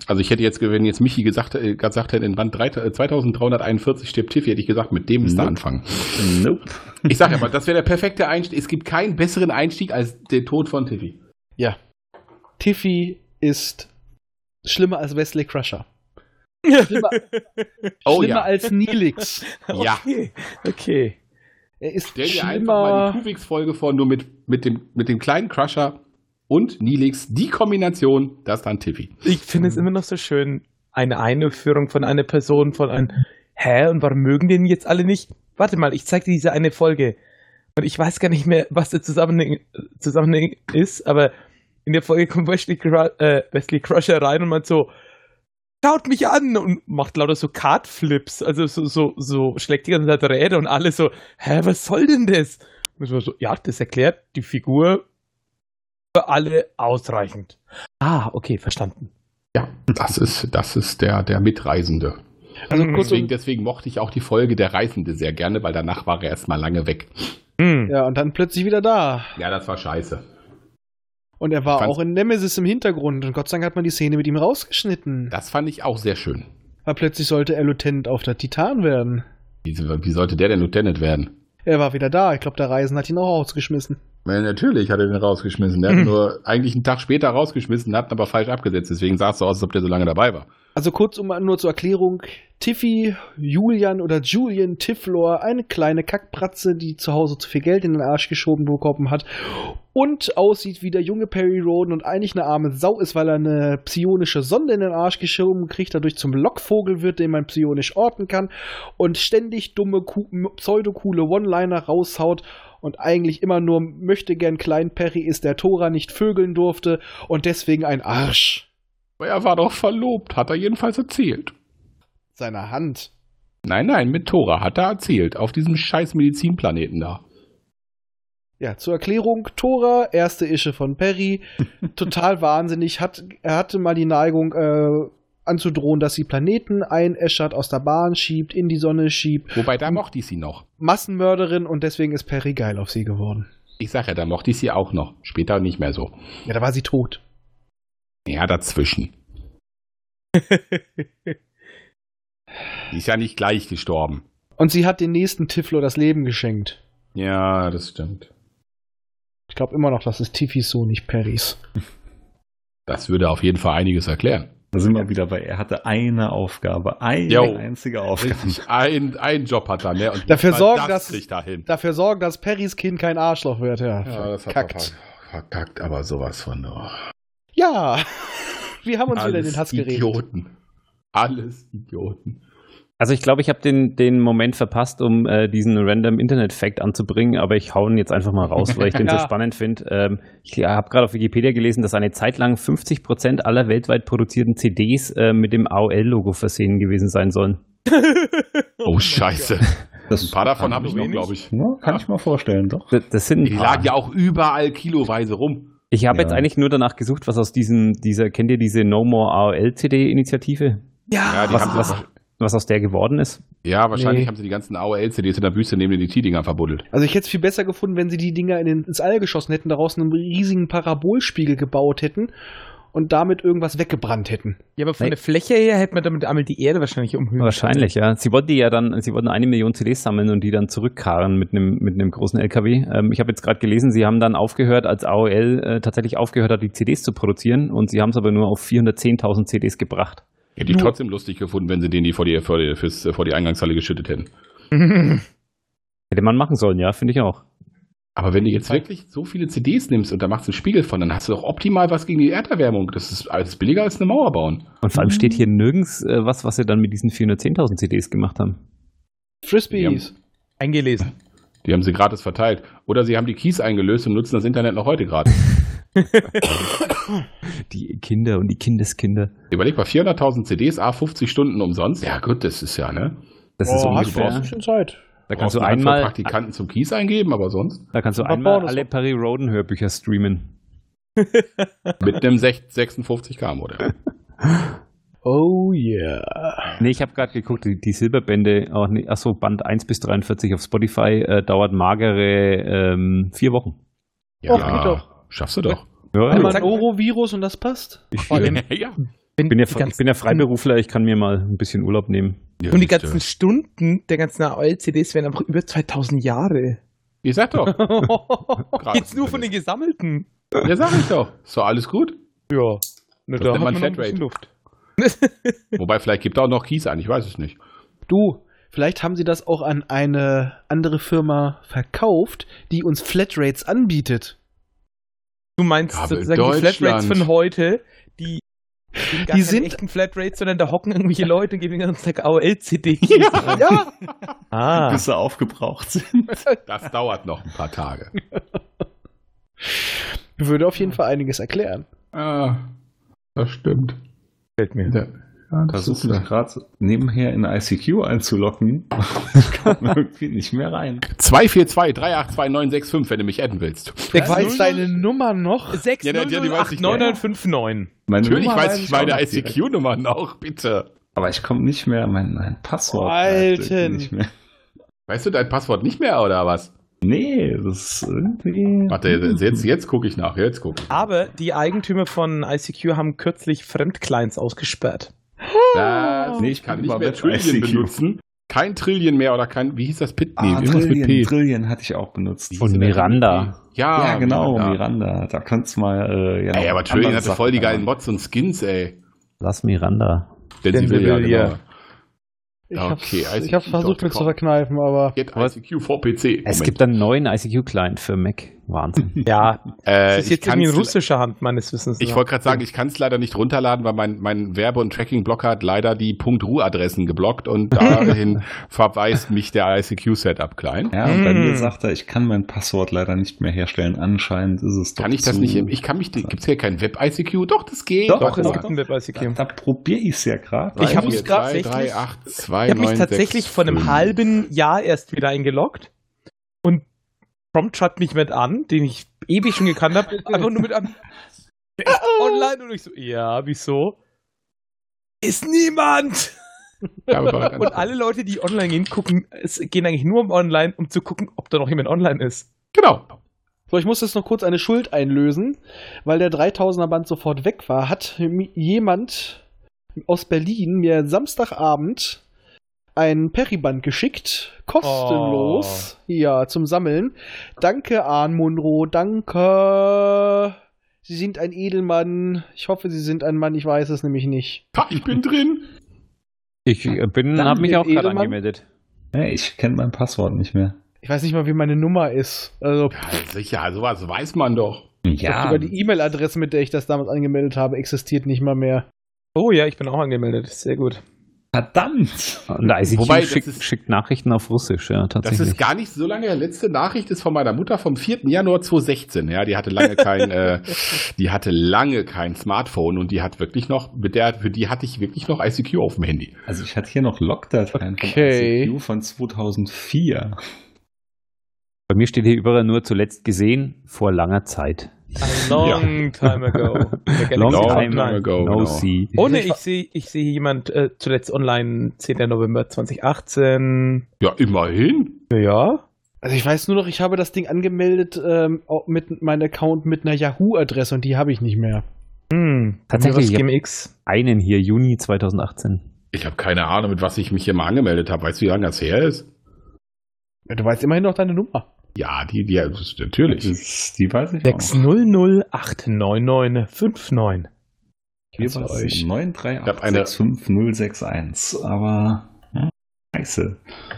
Also ich hätte jetzt, wenn jetzt Michi gesagt, äh, gesagt hätte, in Band 3, äh, 2341 stirbt Tiffy, hätte ich gesagt, mit dem ist der
Nope.
Anfang.
Nope.
Ich sage ja mal, das wäre der perfekte Einstieg. Es gibt keinen besseren Einstieg als der Tod von Tiffy.
Tiffy ist schlimmer als Wesley Crusher. Schlimmer,
Oh
schlimmer
ja.
als Neelix.
Ja.
Okay. okay.
Er ist
Stell dir einfach mal die
schlimmer.
Kubiks-Folge vor, nur mit, mit, dem, mit dem kleinen Crusher und Nilix. Die Kombination, das dann Tiffy.
Ich finde es immer noch so schön, eine Einführung von einer Person, von einem, hä, und warum mögen den jetzt alle nicht? Warte mal, ich zeig dir diese eine Folge. Und ich weiß gar nicht mehr, was der Zusammenhang, Zusammenhang ist, aber in der Folge kommt Wesley, Cru- äh, Wesley Crusher rein und meint so, schaut mich an und macht lauter so Cardflips, also so, so, so schlägt die ganze Zeit Räder und alle so, hä, was soll denn das? Und so, ja, das erklärt die Figur für alle ausreichend. Ah, okay, verstanden.
Ja, das ist, das ist der, der Mitreisende.
Also kurz
Deswegen,
und,
deswegen mochte ich auch die Folge Der Reisende sehr gerne, weil danach war er erstmal lange weg.
Hm.
ja, und dann plötzlich wieder da.
Ja, das war scheiße.
Und er war
Fand's-
auch in Nemesis im Hintergrund. Und Gott sei Dank hat man die Szene mit ihm rausgeschnitten.
Das fand ich auch sehr schön.
Weil plötzlich sollte er Lieutenant auf der Titan werden.
Wie, wie sollte der denn Lieutenant werden?
Er war wieder da. Ich glaube, der Reisen hat ihn auch rausgeschmissen.
Ja, natürlich hat er den rausgeschmissen. Der hat ihn nur eigentlich einen Tag später rausgeschmissen, hat ihn aber falsch abgesetzt. Deswegen sah es so aus, als ob der so lange dabei war.
Also kurz um nur zur Erklärung. Tiffy, Julian oder Julian Tifflor, eine kleine Kackbratze, die zu Hause zu viel Geld in den Arsch geschoben bekommen hat und aussieht wie der junge Perry Roden und eigentlich eine arme Sau ist, weil er eine psionische Sonde in den Arsch geschoben kriegt, dadurch zum Lockvogel wird, den man psionisch orten kann und ständig dumme, ku- m- pseudocoole One-Liner raushaut und eigentlich immer nur möchte gern klein Perry ist, der Tora nicht vögeln durfte und deswegen ein Arsch.
Aber er war doch verlobt, hat er jedenfalls erzählt.
Seiner Hand.
Nein, nein, mit Tora hat er erzählt. Auf diesem scheiß Medizinplaneten da.
Ja, zur Erklärung, Tora, erste Ische von Perry, total wahnsinnig, hat, er hatte mal die Neigung äh, anzudrohen, dass sie Planeten einäschert, aus der Bahn schiebt, in die Sonne schiebt,
Wobei, da mochte ich sie noch.
Massenmörderin und deswegen ist Perry geil auf sie geworden.
Ich sag ja, da mochte ich sie auch noch. Später nicht mehr so.
Ja, da war sie tot.
Ja, dazwischen. Die ist ja nicht gleich gestorben.
Und sie hat den nächsten Tiflo das Leben geschenkt.
Ja, das stimmt.
Ich glaube immer noch, das ist Tiffys Sohn, nicht Perrys.
Das würde auf jeden Fall einiges erklären.
Da sind wir wieder bei, er hatte eine Aufgabe, eine
Jo.
einzige Aufgabe.
Richtig, ein, ein Job hat er, ne? Und
Dafür
nicht mal
sorgen,
das
dass-
kriegt er hin.
Dafür sorgen, dass Perrys Kind kein Arschloch wird, ja. verkackt.
er ver- verkackt, aber sowas von. Oh.
Ja, wir haben uns wieder in den Hass geredet.
Idioten. Alles Idioten.
Also ich glaube, ich habe den, den Moment verpasst, um äh, diesen random Internet-Fact anzubringen, aber ich hau ihn jetzt einfach mal raus, weil ich den so
Ja.
spannend finde. Ähm, ich habe gerade auf Wikipedia gelesen, dass eine Zeit lang 50 Prozent aller weltweit produzierten CDs äh, mit dem AOL-Logo versehen gewesen sein sollen.
Oh, Scheiße.
Das
Ein paar davon
kann-
habe ich noch, glaube ich.
Ja, kann ich mir vorstellen, doch.
Das, das sind ein
Die
paar.
lagen ja auch überall kiloweise rum.
Ich habe
Ja.
jetzt eigentlich nur danach gesucht, was aus diesem, dieser, kennt ihr diese No More AOL-CD-Initiative?
Ja, die
Was,
haben sie-
was, was aus der geworden ist?
ja wahrscheinlich
Nee.
haben sie die ganzen AOL-CDs in der Wüste neben den IT-Dingern verbuddelt.
Also ich hätte es viel besser gefunden, wenn sie die Dinger in den, ins All geschossen hätten, daraus einen riesigen Parabolspiegel gebaut hätten und damit irgendwas weggebrannt hätten.
Ja, aber von
Nee.
der Fläche her hätte man damit einmal die Erde wahrscheinlich umhüllen.
Wahrscheinlich, ja. Sie wollten die ja dann, sie wollten eine Million CDs sammeln und die dann zurückkarren mit einem, mit einem großen LKW. Ähm, ich habe jetzt gerade gelesen, sie haben dann aufgehört, als AOL äh, tatsächlich aufgehört hat, die CDs zu produzieren und sie haben es aber nur auf 410.000 CDs gebracht.
Hätte ich trotzdem lustig gefunden, wenn sie den die vor die, vor die, fürs, vor die Eingangshalle geschüttet hätten.
können.
Hätte man machen sollen, ja, finde ich auch.
Aber wenn du jetzt wirklich so viele CDs nimmst und da machst du einen Spiegel von, dann hast du doch optimal was gegen die Erderwärmung. Das ist alles billiger als eine Mauer bauen.
Und vor allem steht hier nirgends äh, was, was sie dann mit diesen 410.000 CDs gemacht haben.
Frisbees.
Eingelesen.
Die haben sie gratis verteilt. Oder sie haben die Keys eingelöst und nutzen das Internet noch heute gratis.
Die Kinder und die Kindeskinder.
Überleg mal, 400.000 CDs, A, 50 Stunden umsonst. Ja gut, das ist ja, ne?
Das ist
Boah, Oh, hast du
ungefähr.
ein bisschen Zeit.
Da kannst
Brauchst
du
eine Handvoll
einmal,
Praktikanten zum Kies eingeben, aber sonst
da kannst du
Ein paar
einmal
Pornos.
alle Perry Roden Hörbücher streamen.
mit einem 56k Modell.
Oh yeah.
Nee, ich habe gerade geguckt, die, die Silberbände, oh, nee, achso, Band 1 bis 43 auf Spotify äh, dauert magere ähm, vier Wochen.
Och, geht doch.
schaffst du doch.
Ja,
Einmal ein Orovirus und das passt.
ich,
Vor allem,
ich
ja.
Wenn
bin ja,
die
Fre- ich
ganzen-
bin ja Freiberufler, ich kann mir mal ein bisschen Urlaub nehmen.
ja
Und die
siehst du.
ganzen Stunden der ganzen AOL-CDs wären einfach über 2000 Jahre.
Ich sag doch.
Jetzt nur von den gesammelten.
Ja, sag ich doch. Ist doch alles gut.
Ja. Na,
Das nennt man
noch ein bisschen
Flatrate.
Luft.
Wobei, vielleicht gibt er auch noch Kies an, ich weiß es nicht.
Du, vielleicht haben sie das auch an eine andere Firma verkauft, die uns Flatrates anbietet.
Du meinst
Ja, aber in
sozusagen die Flatrates
Deutschland.
von heute, die sind gar
Die
die
sind-
sind echten Flatrates, sondern da hocken irgendwelche Leute und geben den ganzen Tag AOL-CD. Ja.
Ja,
Ah.
bis sie aufgebraucht sind.
Das dauert noch ein paar Tage.
würde auf jeden Fall einiges erklären.
Ah, das stimmt.
Gefällt mir.
Ja, ja, das
Versuche
ist
mich
das.
gerade nebenher in ICQ einzuloggen. Ich komme irgendwie nicht mehr rein.
242 3829665, wenn du mich adden willst.
Der
Was?
weiß
Null-
deine Nummer noch.
6
Ja,
ja,
der- der- die weiß ich nicht.
Meine
Natürlich
Nummer
weiß ich
auch
meine
nicht direkt.
ICQ-Nummer noch, bitte.
Aber ich komme nicht mehr, mein, mein Passwort.
Alten.
weiß ich Nicht mehr.
Weißt du dein Passwort nicht mehr, oder was?
Nee, das ist irgendwie.
Warte, äh, jetzt, jetzt gucke ich nach, jetzt gucke ich.
Aber die Eigentümer von ICQ haben kürzlich Fremdclients ausgesperrt.
Das
Nee,
nee,
ich
ich kann
bin
nicht
über
mehr
Web
Trillion
ICQ.
benutzen. Kein Trillion mehr oder kein, wie hieß das? Pit? Nee,
ah,
irgendwas mit
Trillion,
P.
Trillion hatte ich auch benutzt.
Und Miranda.
Ah, Ja,
ja, genau,
Miranda.
Miranda. Da kannst du mal. Äh, ja,
Ey,
noch
aber Trillion
andere
hatte voll die
Sachen
geilen Mods und Skins, ey.
Lass Miranda.
Denn,
Denn
sie will, ja, genau.
Ich
Ja,
hab's,
okay, also
ich hab's
die
versucht, mir
Dotcom.
zu verkneifen, aber
Get ICQ vor PC.
Es gibt einen neuen ICQ-Client für Mac. Wahnsinn.
Ja,
äh,
das ist jetzt
ich
irgendwie in
kann's-
russischer Hand, meines Wissens.
Ich
nach.
wollte gerade sagen, ich kann es leider nicht runterladen, weil mein, mein Werbe- und Tracking-Blocker hat leider die .ru-Adressen geblockt und dahin verweist mich der ICQ-Setup-Client.
Ja, und bei
Mm.
Hm.
mir sagt er, ich kann mein Passwort leider nicht mehr herstellen. Anscheinend ist es doch
Kann ich das
zu-
nicht, im- ich kann mich, gibt's hier kein Web-ICQ? Doch, das geht.
Doch, es
das
gibt ein
Da,
Web-ICQ.
da probiere ich es ja gerade.
Ich hab
Drei,
mich
vier, drei,
tatsächlich-
drei, acht, zwei,
Ich habe mich
neun,
tatsächlich
sechs,
vor einem
fünf.
halben Jahr erst wieder eingeloggt und prompt schreibt mich mit an, den ich ewig schon gekannt habe, einfach nur mit an. Der ist Online und ich so, ja, wieso? Ist niemand!
Ja, aber-
Und alle Leute, die online gehen, gucken, es gehen eigentlich nur online, um zu gucken, ob da noch jemand online ist.
Genau.
So, ich muss jetzt noch kurz eine Schuld einlösen, weil der 3000er Band sofort weg war. Hat mi- jemand aus Berlin mir Samstagabend ein Periband geschickt, kostenlos, ja, zum Sammeln. Danke, Arn Munro, danke. Sie sind ein Edelmann. Ich hoffe, Sie sind ein Mann, ich weiß es nämlich nicht.
Ha, ich bin drin.
Ich äh, bin,
Dann
habe mich
den
auch gerade
Edelmann.
angemeldet.
Ja, ich kenne mein Passwort nicht mehr.
Ich weiß nicht mal, wie meine Nummer ist. Also,
Ja, sicher, sowas weiß man doch.
Ja,
sogar die E-Mail-Adresse, mit der ich das damals angemeldet habe, existiert nicht mal mehr.
Oh ja, ich bin auch angemeldet, sehr gut.
verdammt.
Und ICQ
Wobei, das
schickt,
ist-
schickt Nachrichten auf Russisch, ja,
Das
tatsächlich.
ist gar nicht so lange. her. Letzte Nachricht ist von meiner Mutter vom 4. Januar 2016. Ja, die hatte lange kein, äh, die hatte lange kein Smartphone und die hat wirklich noch, mit der, für die hatte ich wirklich noch ICQ auf dem Handy.
Also ich hatte hier noch Logdateien
Okay.
vom ICQ von 2004.
Bei mir steht hier überall nur zuletzt gesehen, vor langer Zeit.
A long time ago. Der Galaxy
Long
Tab
time
Nine.
ago,
no
genau.
see.
Ohne, ich sehe ich sehe jemand äh, zuletzt online, 10. November 2018.
Ja, immerhin.
Ja.
Also ich weiß nur noch, ich habe das Ding angemeldet ähm, auch mit meinem Account mit einer Yahoo-Adresse und die habe ich nicht mehr.
Hm.
Tatsächlich,
Tatsächlich.
ja.
GMX.
Einen hier, Juni 2018.
Ich habe keine Ahnung, mit was ich mich hier mal angemeldet habe. Weißt du, wie lange das her ist?
Ja, du weißt immerhin noch deine Nummer.
Ja, die, die, das ist natürlich.
Das, die weiß ich auch.
600899959.
Hier war es
Ich hab eine-
9386501. Aber hm, scheiße.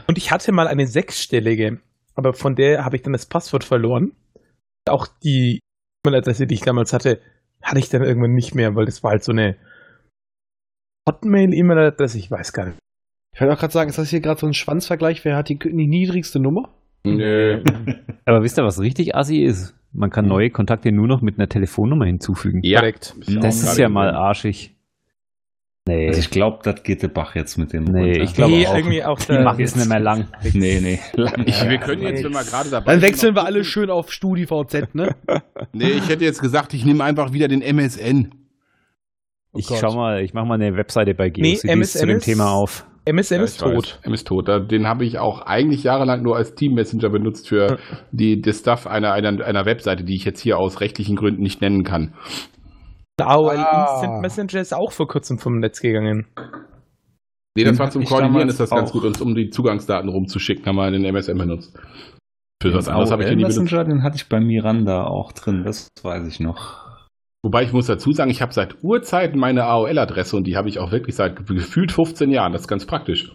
Und ich hatte mal eine sechsstellige, aber von der habe ich dann das Passwort verloren. Auch die E-Mail-Adresse, die ich damals hatte, hatte ich dann irgendwann nicht mehr, weil das war halt so eine Hotmail-E-Mail-Adresse, ich weiß gar nicht.
Ich wollte auch gerade sagen, ist das hier gerade so ein Schwanzvergleich? Wer hat die, die niedrigste Nummer?
Nö.
Aber wisst ihr, was richtig assi ist? Man kann neue Kontakte nur noch mit einer Telefonnummer hinzufügen.
Ja,
Korrekt.
auch
das ist
gerade
ja
gesehen.
mal arschig. Nee,
Also ich glaube, das geht der Bach jetzt mit dem.
Nee,
runter.
ich glaube
nee,
auch.
irgendwie auch
die
da.
machen es nicht mehr lang.
Nee, nee.
Ich, wir können jetzt, wenn wir gerade dabei
Dann
sind,
wechseln
noch
wir alle
gucken.
schön auf StudiVZ, ne?
Nee, ich hätte jetzt gesagt, ich nehme einfach wieder den MSN.
Ich
Gott.
schau mal, ich mache mal eine Webseite bei
Nee,
GeoCities zu dem
MSN
Thema auf.
MSN
Ja,
ist
ich weiß.
tot.
M ist tot. Da- Den habe ich auch eigentlich jahrelang nur als Team Messenger benutzt für die, das Stuff einer, einer, einer Webseite, die ich jetzt hier aus rechtlichen Gründen nicht nennen kann.
AOL
Ah.
Instant Messenger ist auch vor kurzem vom Netz gegangen.
Nee, das
Den
war
hab
zum
ich
Koordinieren,
damals
ist das ganz
auch.
gut, uns um die Zugangsdaten rumzuschicken, haben wir den MSN benutzt. Für was
Den
anderes habe ich den nie benutzt.
Messenger, den hatte ich bei Miranda auch drin, das weiß ich noch.
Wobei ich muss dazu sagen, ich habe seit Urzeiten meine AOL-Adresse und die habe ich auch wirklich seit ge- gefühlt 15 Jahren. Das ist ganz praktisch.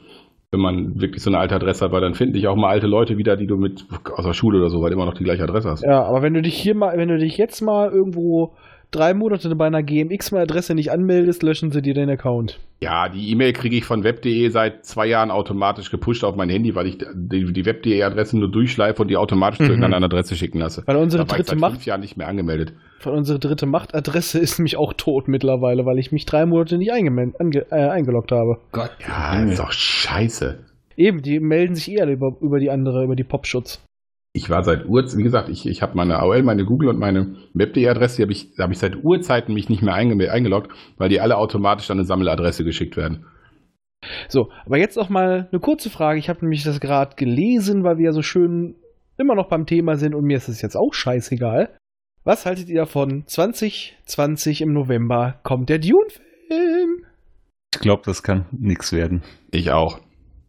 Wenn man wirklich so eine alte Adresse hat, weil dann finden dich auch mal alte Leute wieder, die du mit aus der Schule oder so, weil du immer noch die gleiche Adresse hast.
Ja, aber wenn du dich hier mal, wenn du dich jetzt mal irgendwo drei Monate bei einer GMX-Adresse nicht anmeldest, löschen sie dir den Account.
Ja, die E-Mail kriege ich von web.de seit zwei Jahren automatisch gepusht auf mein Handy, weil ich die, die web.de-Adressen nur durchschleife und die automatisch zu
Mhm.
irgendeiner anderen Adresse schicken lasse.
Weil unsere
Da war
Also
ich
dritte
seit
Macht,
fünf Jahren nicht mehr angemeldet.
weil unsere dritte Machtadresse ist nämlich auch tot mittlerweile, weil ich mich drei Monate nicht eingemel- ange, äh, eingeloggt habe.
Gott.
Ja, ist doch scheiße.
Eben, die melden sich eh alle über, über die andere, über die Popschutz.
Ich war seit Ur, wie gesagt, ich, ich habe meine AOL, meine Google und meine Web.de-Adresse, die habe ich, da habe ich seit Urzeiten mich nicht mehr eingeme- eingeloggt, weil die alle automatisch an eine Sammeladresse geschickt werden.
So, aber jetzt noch mal eine kurze Frage. Ich habe nämlich das gerade gelesen, weil wir ja so schön immer noch beim Thema sind und mir ist es jetzt auch scheißegal. Was haltet ihr davon? 2020 im November Ähm, kommt der Dune-Film.
Ich glaube, das kann nichts werden.
Ich auch.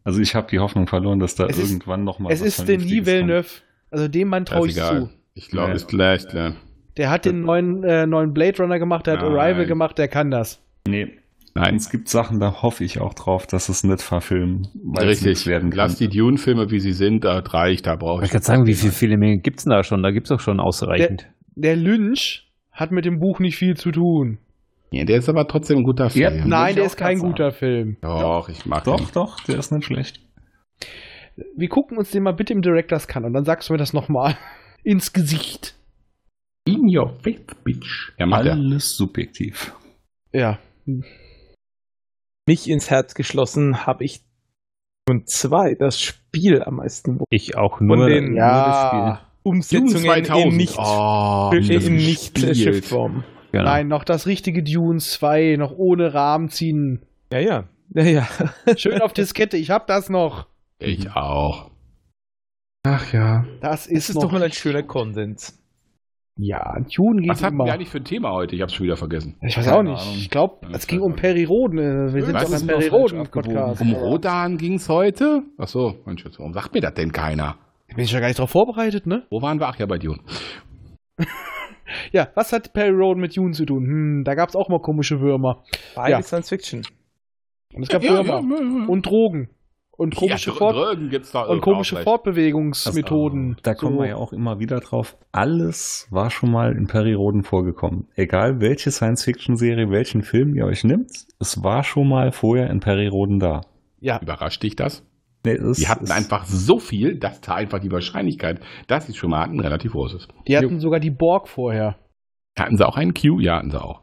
Also ich habe die Hoffnung verloren, dass da
Es ist-
irgendwann nochmal
Es ist Denis Villeneuve. Also dem Mann traue
ist
ich
egal.
zu.
Ich glaube,
Nee.
ist klar, ist klar.
Der hat den neuen, äh, neuen Blade Runner gemacht, der hat
Nein.
Arrival gemacht, der kann das.
Nee,
Nein,
es gibt Sachen, da hoffe ich auch drauf, dass es nicht verfilmen, weil es
richtig.
nichts werden kann.
Lass die Dune-Filme, wie sie sind, da reicht, da brauche
Ich
ich.
kann sagen, wie viele Filme gibt es denn da schon? Da gibt es doch schon ausreichend.
Der Lynch hat mit dem Buch nicht viel zu tun.
Ja, der ist aber trotzdem ein guter
Ja,
Film.
Nein,
ich
der
auch
ist kein
grad sagen.
guter Film.
Doch, ich mag
Doch,
den.
doch, der ist nicht schlecht.
Wir gucken uns den mal bitte im Directors Cut an und dann sagst du mir das nochmal ins Gesicht.
In your face, bitch. Ja, macht er.
Alles subjektiv.
Ja.
Mich ins Herz geschlossen habe ich und zwei das Spiel am meisten.
Ich auch
Von
nur,
den-
nur das
Umsetzungen in nicht,
Oh, hab ich das
in nicht äh,
gespielt.
Schriftform.
Spiel. Genau.
Nein, noch das richtige Dune 2, noch ohne Rahmen ziehen.
Ja, ja. Ja, ja.
Schön auf Diskette, ich hab das noch.
Ich auch.
Das
Es
ist,
ist
noch.
doch mal ein schöner Konsens.
ja, Dune geht
Was hatten wir
immer.
eigentlich für ein Thema heute? Ich habe es schon wieder vergessen.
Ich weiß
Keine
auch nicht.
Ahnung.
Ich glaube,
Ja,
es
ich
ging
weiß
um
auch nicht.
Perry Roden. äh, Wir sind
Was
doch
ist
ein
denn
Perry
da falsch
Roden
abgebogen?
Podcast.
Um Rodan ging es heute. Ach so, Mensch, jetzt, warum sagt mir das denn keiner?
Bin ich ja gar nicht drauf vorbereitet, ne?
Wo waren wir? Ach ja, bei Dune.
Ja, was hat Perry Roden mit Dune zu tun? Hm, da gab's auch mal komische Würmer.
Beide
Ja.
Science Fiction.
Und es gab Würmer. Und Drogen. Und komische,
Dr-
Fort
Drogen gibt's da
und
irgendwo
komische
auch
Fortbewegungsmethoden.
äh,
Da kommen wir ja auch immer wieder drauf. Alles war schon mal in Perry Roden vorgekommen. Egal welche Science-Fiction-Serie, welchen Film ihr euch nimmt, es war schon mal vorher in Perry Roden da.
Ja,
vielleicht. Überrascht dich das?
Nee, es,
Die hatten
es-
einfach so viel, dass da einfach die Wahrscheinlichkeit, dass sie es schon mal hatten, relativ groß ist.
die hatten sogar die Borg vorher.
Hatten sie auch einen Q? Ja, hatten sie auch.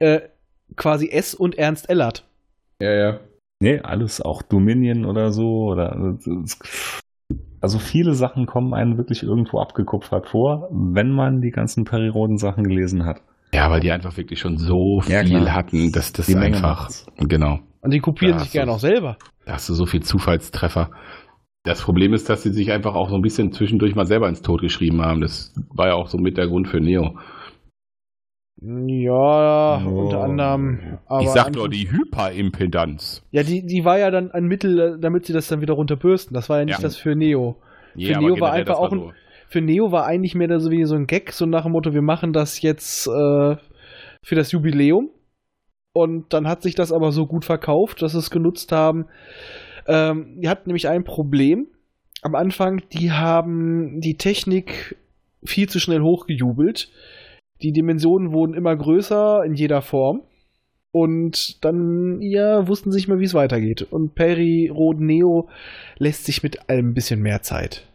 äh, quasi S und Ernst Ellert.
Ja, ja.
Nee, alles, auch Dominion oder so. Oder, also viele Sachen kommen einem wirklich irgendwo abgekupfert vor, wenn man die ganzen Perry Roden Sachen gelesen hat.
Ja, weil die einfach wirklich schon so
Ja,
viel
klar.
hatten, dass das
Die Menge
einfach.
macht's.
Genau.
Und die kopieren
Ja,
sich
so
gerne
ist-
auch selber.
Da hast du so viel Zufallstreffer. Das Problem ist, dass sie sich einfach auch so ein bisschen zwischendurch mal selber ins Tod geschrieben haben. Das war ja auch so mit der Grund für Neo.
Ja,
Oh.
unter anderem. Aber
ich sag
an-
nur die Hyperimpedanz.
Ja, die, die war ja dann ein Mittel, äh, damit sie das dann wieder runterbürsten. Das war ja nicht
Ja.
das für Neo.
Ja,
Neo
generell,
war einfach
das
auch ein- Für Neo war eigentlich mehr da so wie so ein Gag, so nach dem Motto, wir machen das jetzt äh, für das Jubiläum. Und dann hat sich das aber so gut verkauft, dass sie es genutzt haben. Ähm, die hatten nämlich ein Problem am Anfang. Die haben die Technik viel zu schnell hochgejubelt. Die Dimensionen wurden immer größer in jeder Form. Und dann, ja, wussten sie nicht mehr, wie es weitergeht. Und Perry, Rod, Neo lässt sich mit allem ein bisschen mehr Zeit.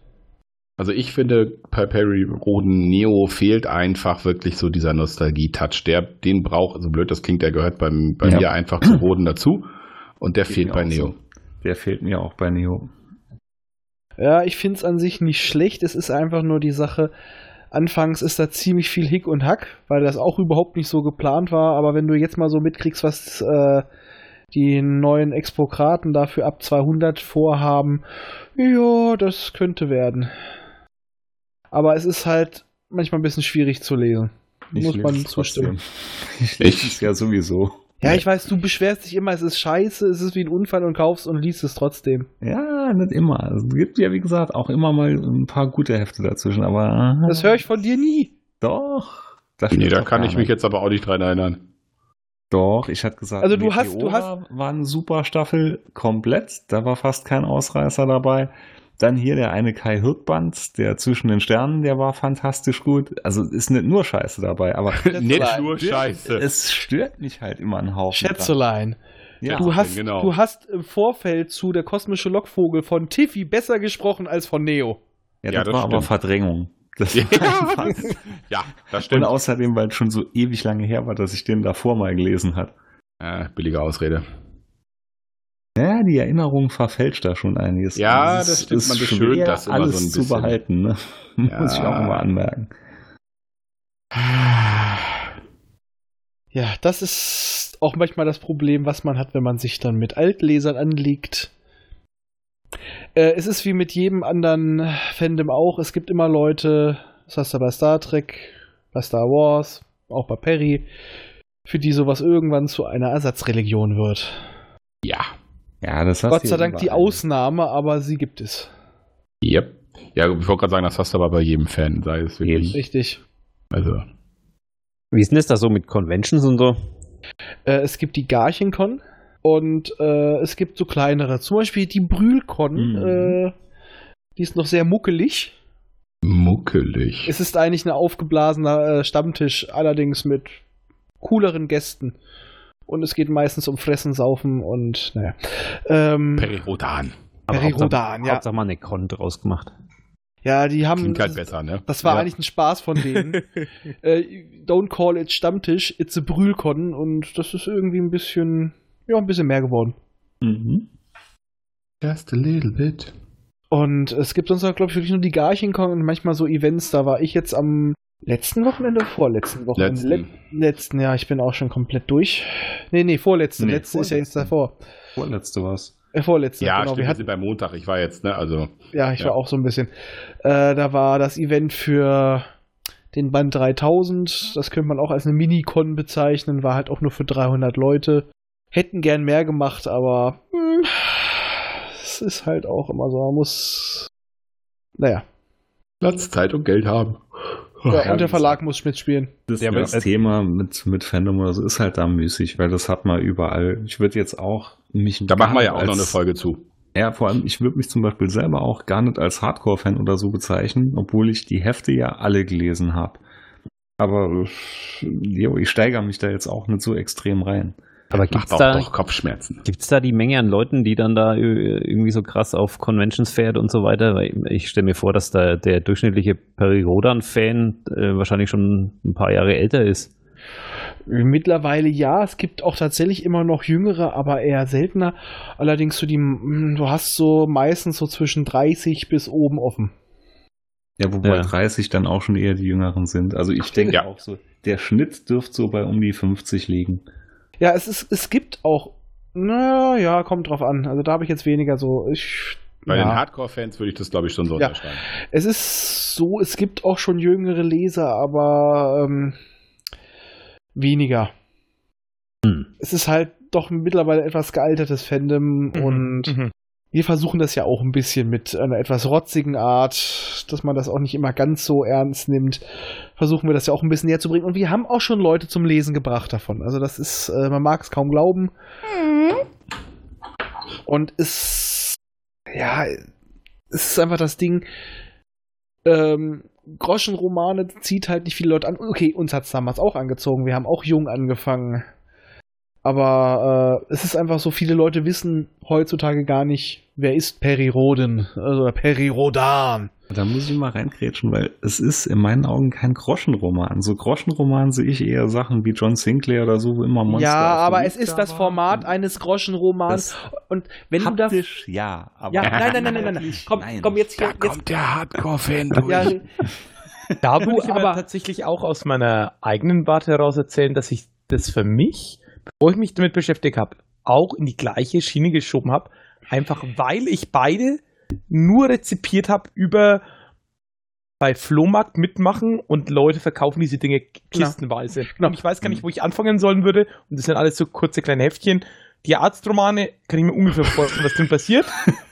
Also ich finde, bei Perry Roden Neo fehlt einfach wirklich so dieser Nostalgie-Touch. Der, den braucht, also blöd das klingt, der gehört beim, bei
Ja.
mir einfach zu Roden dazu. Und der
Geht
fehlt
mir
bei
auch so.
Neo.
Der fehlt mir auch bei Neo.
Ja, ich find's an sich nicht schlecht. Es ist einfach nur die Sache, anfangs ist da ziemlich viel Hick und Hack, weil das auch überhaupt nicht so geplant war. Aber wenn du jetzt mal so mitkriegst, was äh, die neuen Exprokraten dafür ab 200 vorhaben, ja, das könnte werden. Aber es ist halt manchmal ein bisschen schwierig zu lesen. Muss
lese
man
es
zustimmen.
trotzdem. Ich lese es ja sowieso.
Ja, ich weiß, du beschwerst dich immer, es ist scheiße, es ist wie ein Unfall und kaufst und liest es trotzdem.
Ja, nicht immer. Es gibt ja, wie gesagt, auch immer mal ein paar gute Hefte dazwischen, aber
Das höre ich von dir nie.
doch. Da
Nee,
steht
da
doch
kann
gar
ich mich
nicht.
jetzt aber auch nicht dran erinnern.
Doch, ich hatte gesagt,
Also du
WTO
hast- du hast-
war- war eine super Staffel komplett, da war fast kein Ausreißer dabei. Dann hier der eine Kai Hürtband, der zwischen den Sternen, der war fantastisch gut. Also ist nicht nur Scheiße dabei, aber
Nicht nur Scheiße.
es stört mich halt immer ein Haufen.
Schätzelein.
ja.
du, hast,
genau.
du hast im Vorfeld zu der kosmische Lockvogel von Tiffy besser gesprochen als von Neo.
ja, das,
Ja, das
war aber
stimmt.
Verdrängung. Das
Ja,
war einfach-
Ja,
und
das stimmt.
außerdem, weil es schon so ewig lange her war, dass ich den davor mal gelesen habe.
Äh, billige Ausrede.
Ja, die Erinnerung verfälscht da schon einiges. Also
Ja,
Es
das stimmt, man ist schön,
schwer,
das immer
alles
so ein
zu
bisschen.
behalten. Ne? Muss ich auch
Ja.
immer anmerken.
Ja, das ist auch manchmal das Problem, was man hat, wenn man sich dann mit Altlesern anlegt. Äh, es ist wie mit jedem anderen Fandom auch. Es gibt immer Leute, das hast du bei Star Trek, bei Star Wars, auch bei Perry, für die sowas irgendwann zu einer Ersatzreligion wird.
Ja.
Ja, das hast
Gott
du
sei
ja
Dank die
überall.
Ausnahme, aber sie gibt es.
Yep. Ja, ich wollte gerade sagen, das hast du aber bei jedem Fan, sei es wirklich.
Richtig.
Also,
Wie ist denn das da so mit Conventions und so?
Äh, es gibt die Garchenkon und äh, es gibt so kleinere. Zum Beispiel die Brühlkon.
Mhm.
Äh, die ist noch sehr muckelig.
muckelig.
Es ist eigentlich ein aufgeblasener äh, Stammtisch, allerdings mit cooleren Gästen. Und es geht meistens um Fressen, Saufen und naja. Ähm,
Perirodan.
Perirodan, ja.
Hauptsache mal eine Con draus gemacht.
Ja, die haben.
Klingt halt besser, ne?
Das war
ja.
eigentlich ein Spaß von denen. äh, don't call it Stammtisch, it's a Brühlkon und das ist irgendwie ein bisschen, ja, ein bisschen mehr geworden.
Mhm.
Just a little bit.
Und es gibt sonst, glaube ich, wirklich nur die Garchenkon und manchmal so Events. Da war ich jetzt am letzten Wochenende, vorletzten Wochenende.
Letzten.
Let- letzten, ja, ich bin auch schon komplett durch. Nee, nee, vorletzten.
Nee,
Letzte ist ja jetzt
vorletzten.
davor.
Vorletzte war's.
Äh, vorletzte,
Ja,
genau.
stimmt,
Wir
wir
hatten,
sind bei Montag. Ich war jetzt, ne? Also,
ja, ich war
ja.
auch so ein bisschen. Äh, da war das Event für den Band 3000. Das könnte man auch als eine Mini-Con bezeichnen. War halt auch nur für 300 Leute. Hätten gern mehr gemacht, aber hm, es ist halt auch immer so. Man muss. Naja.
Platz, Zeit und Geld haben.
Ja, und der Verlag muss mitspielen.
Das,
Ja, aber
das
es-
Thema mit, mit Fandom oder so ist halt da müßig, weil das hat man überall. Ich würde jetzt auch mich.
Da machen wir ja auch
als-
noch eine Folge zu.
Ja, vor allem, ich würde mich zum Beispiel selber auch gar nicht als Hardcore-Fan oder so bezeichnen, obwohl ich die Hefte ja alle gelesen habe. Aber äh, jo, ich steigere mich da jetzt auch nicht so extrem rein.
Aber
Macht
gibt's
auch
da,
doch Kopfschmerzen.
gibt's da die Menge an Leuten, die dann da äh, irgendwie so krass auf Conventions fährt und so weiter? Weil ich stelle mir vor, dass da der durchschnittliche Perirodan-Fan äh, wahrscheinlich schon ein paar Jahre älter ist.
Mittlerweile ja, es gibt auch tatsächlich immer noch jüngere, aber eher seltener. Allerdings so die, mm, du hast so meistens so zwischen 30 bis oben offen.
Ja, wobei
Ja.
30 dann auch schon eher die Jüngeren sind. Also ich denke
Ja.
auch so, der Schnitt dürfte so bei um die 50 liegen.
Ja, es ist, es gibt auch, naja, kommt drauf an. Also da habe ich jetzt weniger so. Ich,
Bei
ja.
den Hardcore-Fans würde ich das, glaube ich, schon so
Ja.
unterschreiben.
Es ist so, es gibt auch schon jüngere Leser, aber ähm, weniger.
Hm.
Es ist halt doch mittlerweile etwas gealtertes Fandom und
Mhm.
Wir versuchen das ja auch ein bisschen mit einer etwas rotzigen Art, dass man das auch nicht immer ganz so ernst nimmt. Versuchen wir das ja auch ein bisschen näher zu bringen. Und wir haben auch schon Leute zum Lesen gebracht davon. Also das ist, äh, man mag es kaum glauben. Und es, ja, es ist einfach das Ding, ähm, Groschenromane zieht halt nicht viele Leute an. Okay, uns hat es damals auch angezogen. Wir haben auch jung angefangen. Aber äh, es ist einfach so, viele Leute wissen heutzutage gar nicht, wer ist Peri Roden also, oder Peri Rodan.
Da muss ich mal reingrätschen, weil es ist in meinen Augen kein Groschenroman. So Groschenroman sehe ich eher Sachen wie John Sinclair oder so, wo immer Monster.
ja,
auf dem
aber
Weg
es ist
da
das
war.
Format eines Groschenromans. Und wenn du da.
Haptisch, ja. Aber
Ja, nein, nein, nein, nein, nein, nein. Komm, komm jetzt hier. Jetzt,
der Hardcore-Fan
ja,
Da würde ich aber
aber-
tatsächlich auch aus meiner eigenen Warte heraus erzählen, dass ich das für mich, bevor ich mich damit beschäftigt habe, auch in die gleiche Schiene geschoben habe. Einfach weil ich beide nur rezipiert habe über bei Flohmarkt mitmachen und Leute verkaufen diese Dinge kistenweise. Und ich weiß gar nicht, wo ich anfangen sollen würde. Und das sind alles so kurze kleine Heftchen. Die Arztromane kann ich mir ungefähr vorstellen, was drin passiert.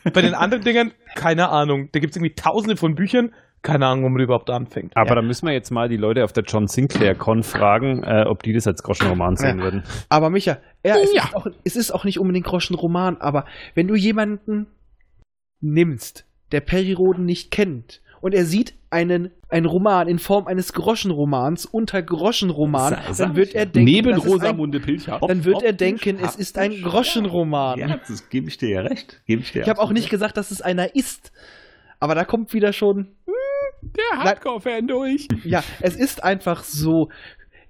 Bei den anderen Dingern, keine Ahnung. Da gibt es irgendwie tausende von Büchern. Keine Ahnung, wo man überhaupt anfängt.
Aber da müssen wir jetzt mal die Leute auf der John Sinclair Con fragen, äh, ob die das als Groschenroman sehen würden.
Aber Micha, ja, es, Ist auch, es ist auch nicht unbedingt Groschenroman, aber wenn du jemanden nimmst, der Periroden nicht kennt, und er sieht einen, einen Roman in Form eines Groschenromans unter Groschenroman,
Sa- sag
dann wird
ich
er
ja.
denken,
Neben
das ist
Rosamunde Pilcher.
Ein, dann wird er denken, es ist ein Groschenroman.
Ja, das gebe ich dir ja recht. Gebe ich dir
Ich habe auch nicht gesagt, dass es einer ist. Aber da kommt wieder schon,
Hm, Der Hardcore-Fan durch.
ja, es ist einfach so.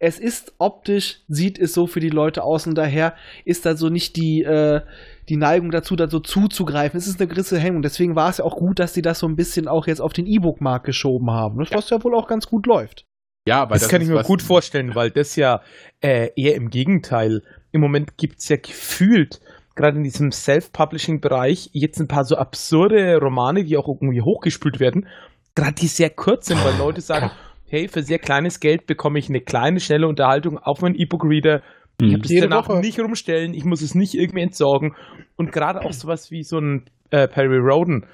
Es ist optisch, sieht es so für die Leute aus und daher ist da so nicht die, äh, die Neigung dazu, da so zuzugreifen. Es ist eine gewisse Hemmung. Deswegen war es ja auch gut, dass sie das so ein bisschen auch jetzt auf den E-Book-Markt geschoben haben. Das, was ja wohl auch ganz gut läuft.
Ja, weil
das, kann ich
ist
mir
was-
gut vorstellen, weil das ja äh, eher im Gegenteil. Im Moment gibt es ja gefühlt, gerade in diesem Self-Publishing-Bereich, jetzt ein paar so absurde Romane, die auch irgendwie hochgespült werden, gerade die sehr kurz sind, weil Leute sagen, hey, für sehr kleines Geld bekomme ich eine kleine, schnelle Unterhaltung auf meinen E-Book-Reader.
Hm.
Ich habe das
Jede
danach
Woche.
nicht rumstellen, ich muss es nicht irgendwie entsorgen. Und gerade auch sowas wie so ein äh, Perry Roden,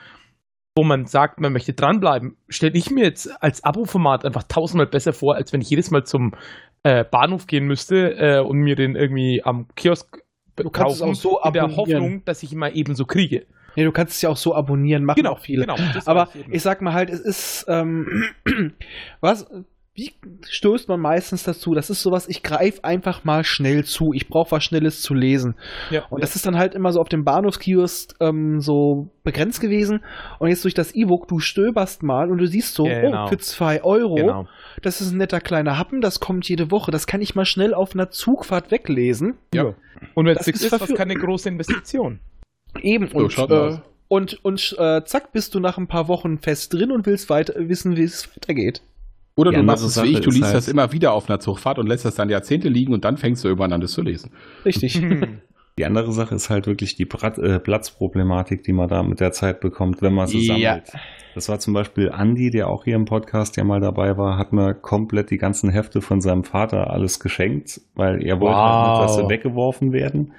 wo man sagt, man möchte dranbleiben, stelle ich mir jetzt als Abo-Format einfach tausendmal besser vor, als wenn ich jedes Mal zum äh, Bahnhof gehen müsste äh, und mir den irgendwie am Kiosk
Du kannst es auch so
in der
abonnieren.
Hoffnung, dass ich ihn mal eben so kriege.
Nee, du kannst es ja auch so abonnieren, machen auch viele.
genau. das
Aber
weiß eben.
ich sag mal halt, es ist, ähm, was, wie stößt man meistens dazu? Das ist sowas, ich greife einfach mal schnell zu. Ich brauche was Schnelles zu lesen.
ja.
Und das ist dann halt immer so auf dem Bahnhofskiosk ähm, so begrenzt gewesen. Und jetzt durch das E-Book, du stöberst mal und du siehst so,
Genau.
oh, für zwei Euro,
genau.
das ist ein netter kleiner Happen, das kommt jede Woche. Das kann ich mal schnell auf einer Zugfahrt weglesen.
Und wenn es
das
nichts
ist
ist, das
verführ-
keine große Investition.
Eben.
So,
Und,
schaut mal
äh,
aus.
und, und äh, zack, bist du nach ein paar Wochen fest drin und willst weiter, wissen, wie es weitergeht.
Oder
Ja,
du
aber
machst
so
es wie
Sache
ich, du
ist
liest
halt-
das immer wieder auf einer Zugfahrt und lässt das dann Jahrzehnte liegen und dann fängst du irgendwann an, das zu lesen.
Richtig.
Die andere Sache ist halt wirklich die Brat äh, Platzproblematik, die man da mit der Zeit bekommt, wenn man sie
Ja.
sammelt. Das war zum Beispiel Andy, der auch hier im Podcast ja mal dabei war, hat mir komplett die ganzen Hefte von seinem Vater alles geschenkt, weil er wollte halt nicht, dass
Wow.
sie weggeworfen werden.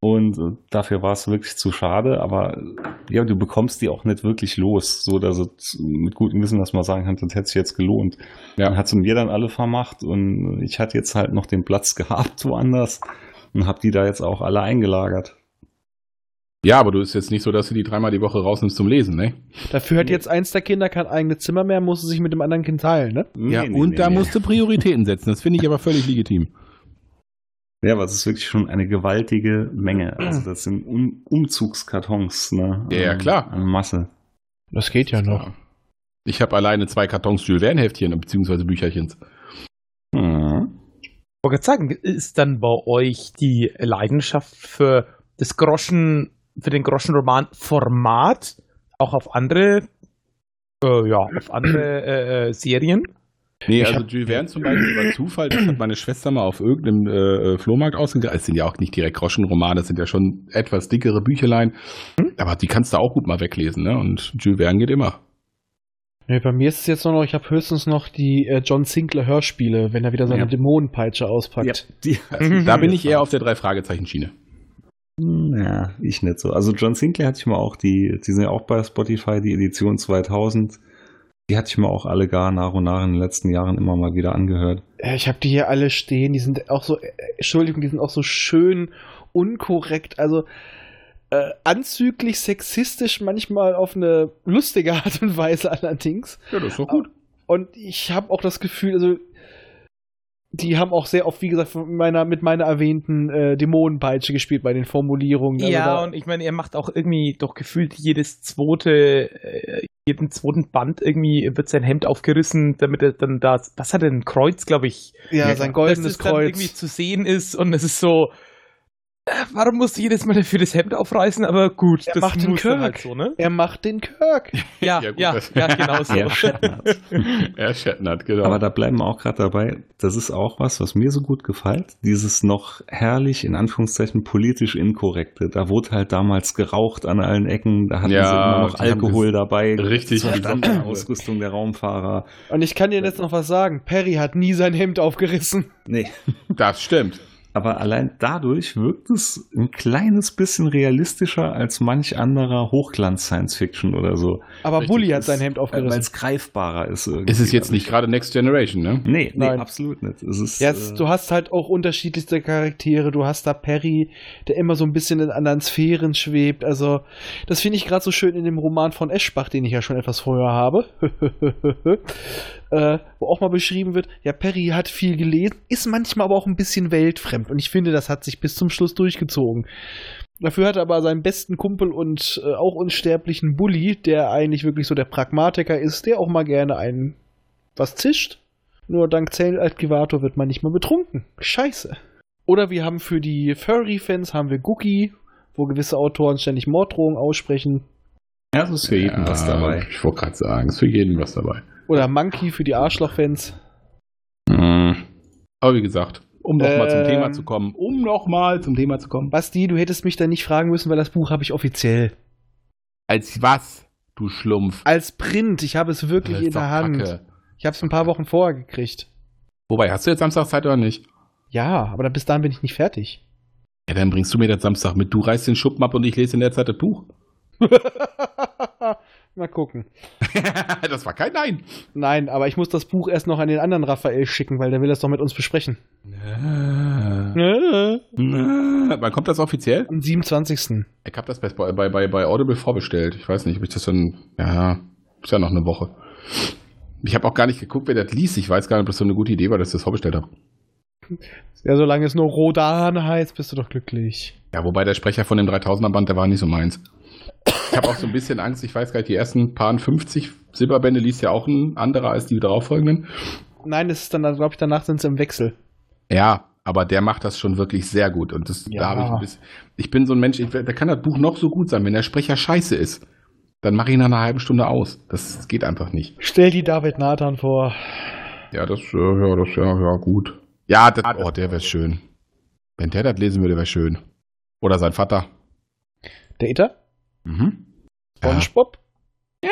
Und äh, dafür war es wirklich zu schade, aber äh, ja, du bekommst die auch nicht wirklich los, so dass es mit gutem Wissen, dass man sagen kann, das hätte sich jetzt gelohnt.
Ja.
Dann hat sie mir dann alle vermacht und ich hatte jetzt halt noch den Platz gehabt woanders und habe die da jetzt auch alle eingelagert.
Ja, aber du ist jetzt nicht so, dass du die dreimal die Woche rausnimmst zum Lesen, ne?
Dafür hat jetzt eins der Kinder kein eigenes Zimmer mehr, muss es sich mit dem anderen Kind teilen, ne?
ja, und da musst du Prioritäten setzen. Das finde ich aber völlig legitim.
Ja, aber es ist wirklich schon eine gewaltige Menge. Also das sind um Umzugskartons, ne?
Mhm. Ja, ja,
An-
klar.
An Masse.
Das geht ja noch.
Ich habe alleine zwei Kartons Jules Verne Heftchen bzw. Bücherchens.
Mhm.
Ich wollte gerade sagen, ist dann bei euch die Leidenschaft für das Groschen, für den Groschenroman Format auch auf andere, äh, ja, auf andere äh, äh, Serien?
Nee,
Ich
also
hab-
Jules Verne zum Beispiel war Zufall, das hat meine Schwester mal auf irgendeinem äh, Flohmarkt ausgegraben. Es sind ja auch nicht direkt Groschenromane, das sind ja schon etwas dickere Büchelein.
Hm?
Aber die kannst du auch gut mal weglesen, ne? Und Jules Verne geht immer.
Nee, bei mir ist es jetzt nur noch, ich habe höchstens noch die äh, John Sinclair Hörspiele, wenn er wieder seine
Ja.
Dämonenpeitsche auspackt.
Die,
Also, Da bin ich eher auf der Drei-Fragezeichen-Schiene.
ja, ich nicht so. Also John Sinclair hatte ich mal auch, die, die sind ja auch bei Spotify, die Edition 2000. Die hatte ich mir auch alle gar nach und nach in den letzten Jahren immer mal wieder angehört.
Äh, ich habe die hier alle stehen, die sind auch so, äh, Entschuldigung, die sind auch so schön unkorrekt, also äh, anzüglich sexistisch, manchmal auf eine lustige Art und Weise allerdings.
Ja, das ist doch
gut. Und ich habe auch das Gefühl, also die haben auch sehr oft, wie gesagt, von meiner, mit meiner erwähnten äh, Dämonenpeitsche gespielt bei den Formulierungen. Also
Ja,
da-
und ich meine, er macht auch irgendwie doch gefühlt jedes zweite, äh, jeden zweiten Band irgendwie wird sein Hemd aufgerissen, damit er dann das, was hat er denn, ein Kreuz, glaube ich,
ja, sein
dass
goldenes
es dann irgendwie
Kreuz.
zu sehen ist und es ist so, äh, warum musst du jedes Mal dafür das Hemd aufreißen, aber gut,
Er
das
macht den
muss dann
Kirk.
halt so, ne?
Er macht den Kirk.
Ja,
Ja, ja,
gut,
ja,
das-
genau so.
Ja, Shatnert.
Er Shatnert, genau.
Aber da bleiben wir auch gerade dabei. Das ist auch was, was mir so gut gefällt. Dieses noch herrlich, in Anführungszeichen, politisch Inkorrekte. Da wurde halt damals geraucht an allen Ecken. Da hatten
Ja,
sie immer noch
die haben
Alkohol dabei.
richtig
Das war
gesoffen.
Standard Ausrüstung der Raumfahrer.
Und ich kann dir jetzt noch was sagen. Perry hat nie sein Hemd aufgerissen.
Nee.
das stimmt.
Aber allein dadurch wirkt es ein kleines bisschen realistischer als manch anderer Hochglanz-Science-Fiction oder so.
Aber
Richtig,
Bully hat
das-
sein Hemd
Weil
aufgerissen.
es greifbarer ist. Irgendwie.
Ist es jetzt nicht gerade Next Generation, ne?
Nee, nee,
Nein.
absolut nicht. Es ist,
Ja, es-
äh,
du hast halt auch unterschiedlichste Charaktere. Du hast da Perry, der immer so ein bisschen in anderen Sphären schwebt. Also, das finde ich gerade so schön in dem Roman von Eschbach, den ich ja schon etwas vorher habe. äh, wo auch mal beschrieben wird, ja, Perry hat viel gelesen, ist manchmal aber auch ein bisschen weltfremd. Und ich finde, das hat sich bis zum Schluss durchgezogen. Dafür hat er aber seinen besten Kumpel und äh, auch unsterblichen Bully, der eigentlich wirklich so der Pragmatiker ist, der auch mal gerne einen was zischt. Nur dank Zellaltgivator wird man nicht mal betrunken. Scheiße. Oder wir haben für die Furry-Fans haben wir Gookie, wo gewisse Autoren ständig Morddrohungen aussprechen.
ja, es ist für jeden was dabei.
Ich wollte gerade sagen, ist für jeden was dabei.
Oder Monkey für die Arschloch-Fans.
Mhm. Aber wie gesagt, um nochmal zum
Ähm.
Thema zu kommen, um nochmal zum Thema zu kommen.
Basti, du hättest mich da nicht fragen müssen, weil das Buch habe ich offiziell.
Als was, du Schlumpf?
Als Print. Ich habe es wirklich
Das
in
ist doch
der Hand.
Kacke.
Ich habe es ein paar Wochen vorher gekriegt.
Wobei, hast du jetzt Samstag Zeit oder nicht?
Ja, aber dann, bis dahin bin ich nicht fertig.
Ja, dann bringst du mir das Samstag mit. Du reißt den Schuppen ab und ich lese in der Zeit das Buch.
Mal gucken.
das war kein Nein.
Nein, aber ich muss das Buch erst noch an den anderen Raphael schicken, weil der will das doch mit uns besprechen. Am
Na, Wann kommt das offiziell?
27.
Ich habe das bei, bei, bei, bei Audible vorbestellt. Ich weiß nicht, ob ich das dann. Ja, ist ja noch eine Woche. Ich habe auch gar nicht geguckt, wer das liest. Ich weiß gar nicht, ob das so eine gute Idee war, dass ich das vorbestellt habe.
Ja, solange es nur Rodan heißt, bist du doch glücklich.
Ja, wobei der Sprecher von dem 3000er Band, der war nicht so meins. Ich habe auch so ein bisschen Angst, ich weiß gar nicht, die ersten paar 50 Silberbände liest ja auch ein anderer als die darauffolgenden.
Nein, es ist dann, glaube ich, danach sind sie im Wechsel.
Ja, aber der macht das schon wirklich sehr gut und das
Ja.
da habe ich ein bisschen, ich bin so ein Mensch, ich, da kann das Buch noch so gut sein, wenn der Sprecher scheiße ist, dann mache ich ihn nach einer halben Stunde aus. Das geht einfach nicht.
Stell die David Nathan vor.
Ja, das äh, ja, das ja, ja gut. Ja, das, oh, der wäre schön. Wenn der das lesen würde, wäre schön. Oder sein Vater.
Der Itter?
Mhm. Ja.
SpongeBob? Ja!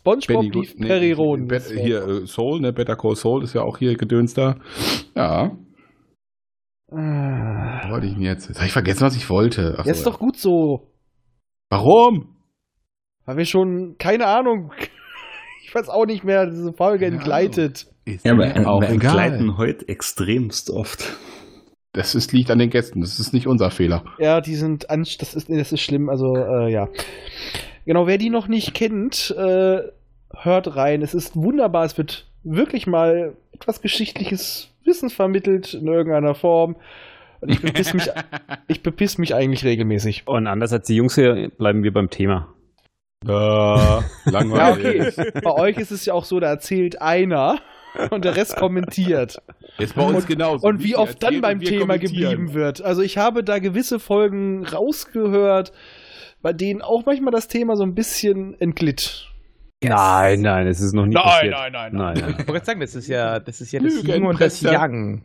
SpongeBob,
Benny,
die Perry Roden.
Bet- Hier, äh, Soul, ne? Better Call Soul ist ja auch hier gedöns da. Ja,
Ah.
was wollte ich denn jetzt? Jetzt habe ich vergessen, was ich wollte. Ach so,
Ja, ist
ja.
doch gut so.
Warum?
Weil wir schon, keine Ahnung. Ich weiß auch nicht mehr, diese Folge
Keine
entgleitet.
Ist
Ja, äh,
mir
wir,
auch
wir
äh, egal.
entgleiten heute extremst oft.
Das ist, liegt an den Gästen. Das ist nicht unser Fehler.
Ja, die sind, an, das ist, nee, das ist schlimm, also, äh, ja. Genau, wer die noch nicht kennt, äh, hört rein. Es ist wunderbar, es wird wirklich mal etwas geschichtliches Wissen vermittelt in irgendeiner Form. Und ich bepiss mich, ich bepiss mich eigentlich regelmäßig.
Und anders als die Jungs hier bleiben wir beim Thema.
Äh, langweilig.
Ja, Bei euch ist es ja auch so, da erzählt einer und der Rest kommentiert.
Ist bei uns genauso.
Und wie
Wir
oft dann
erzählen
beim
Also und wir
Thema
kommentieren.
geblieben wird. Also ich habe da gewisse Folgen rausgehört, bei denen auch manchmal das Thema so ein bisschen entglitt.
Nein, nein, es ist noch nie passiert. nein, nein.
Ich wollte gerade sagen, das ist ja das, ist ja das
Lügen,
Yin und das
Presse.
Yang.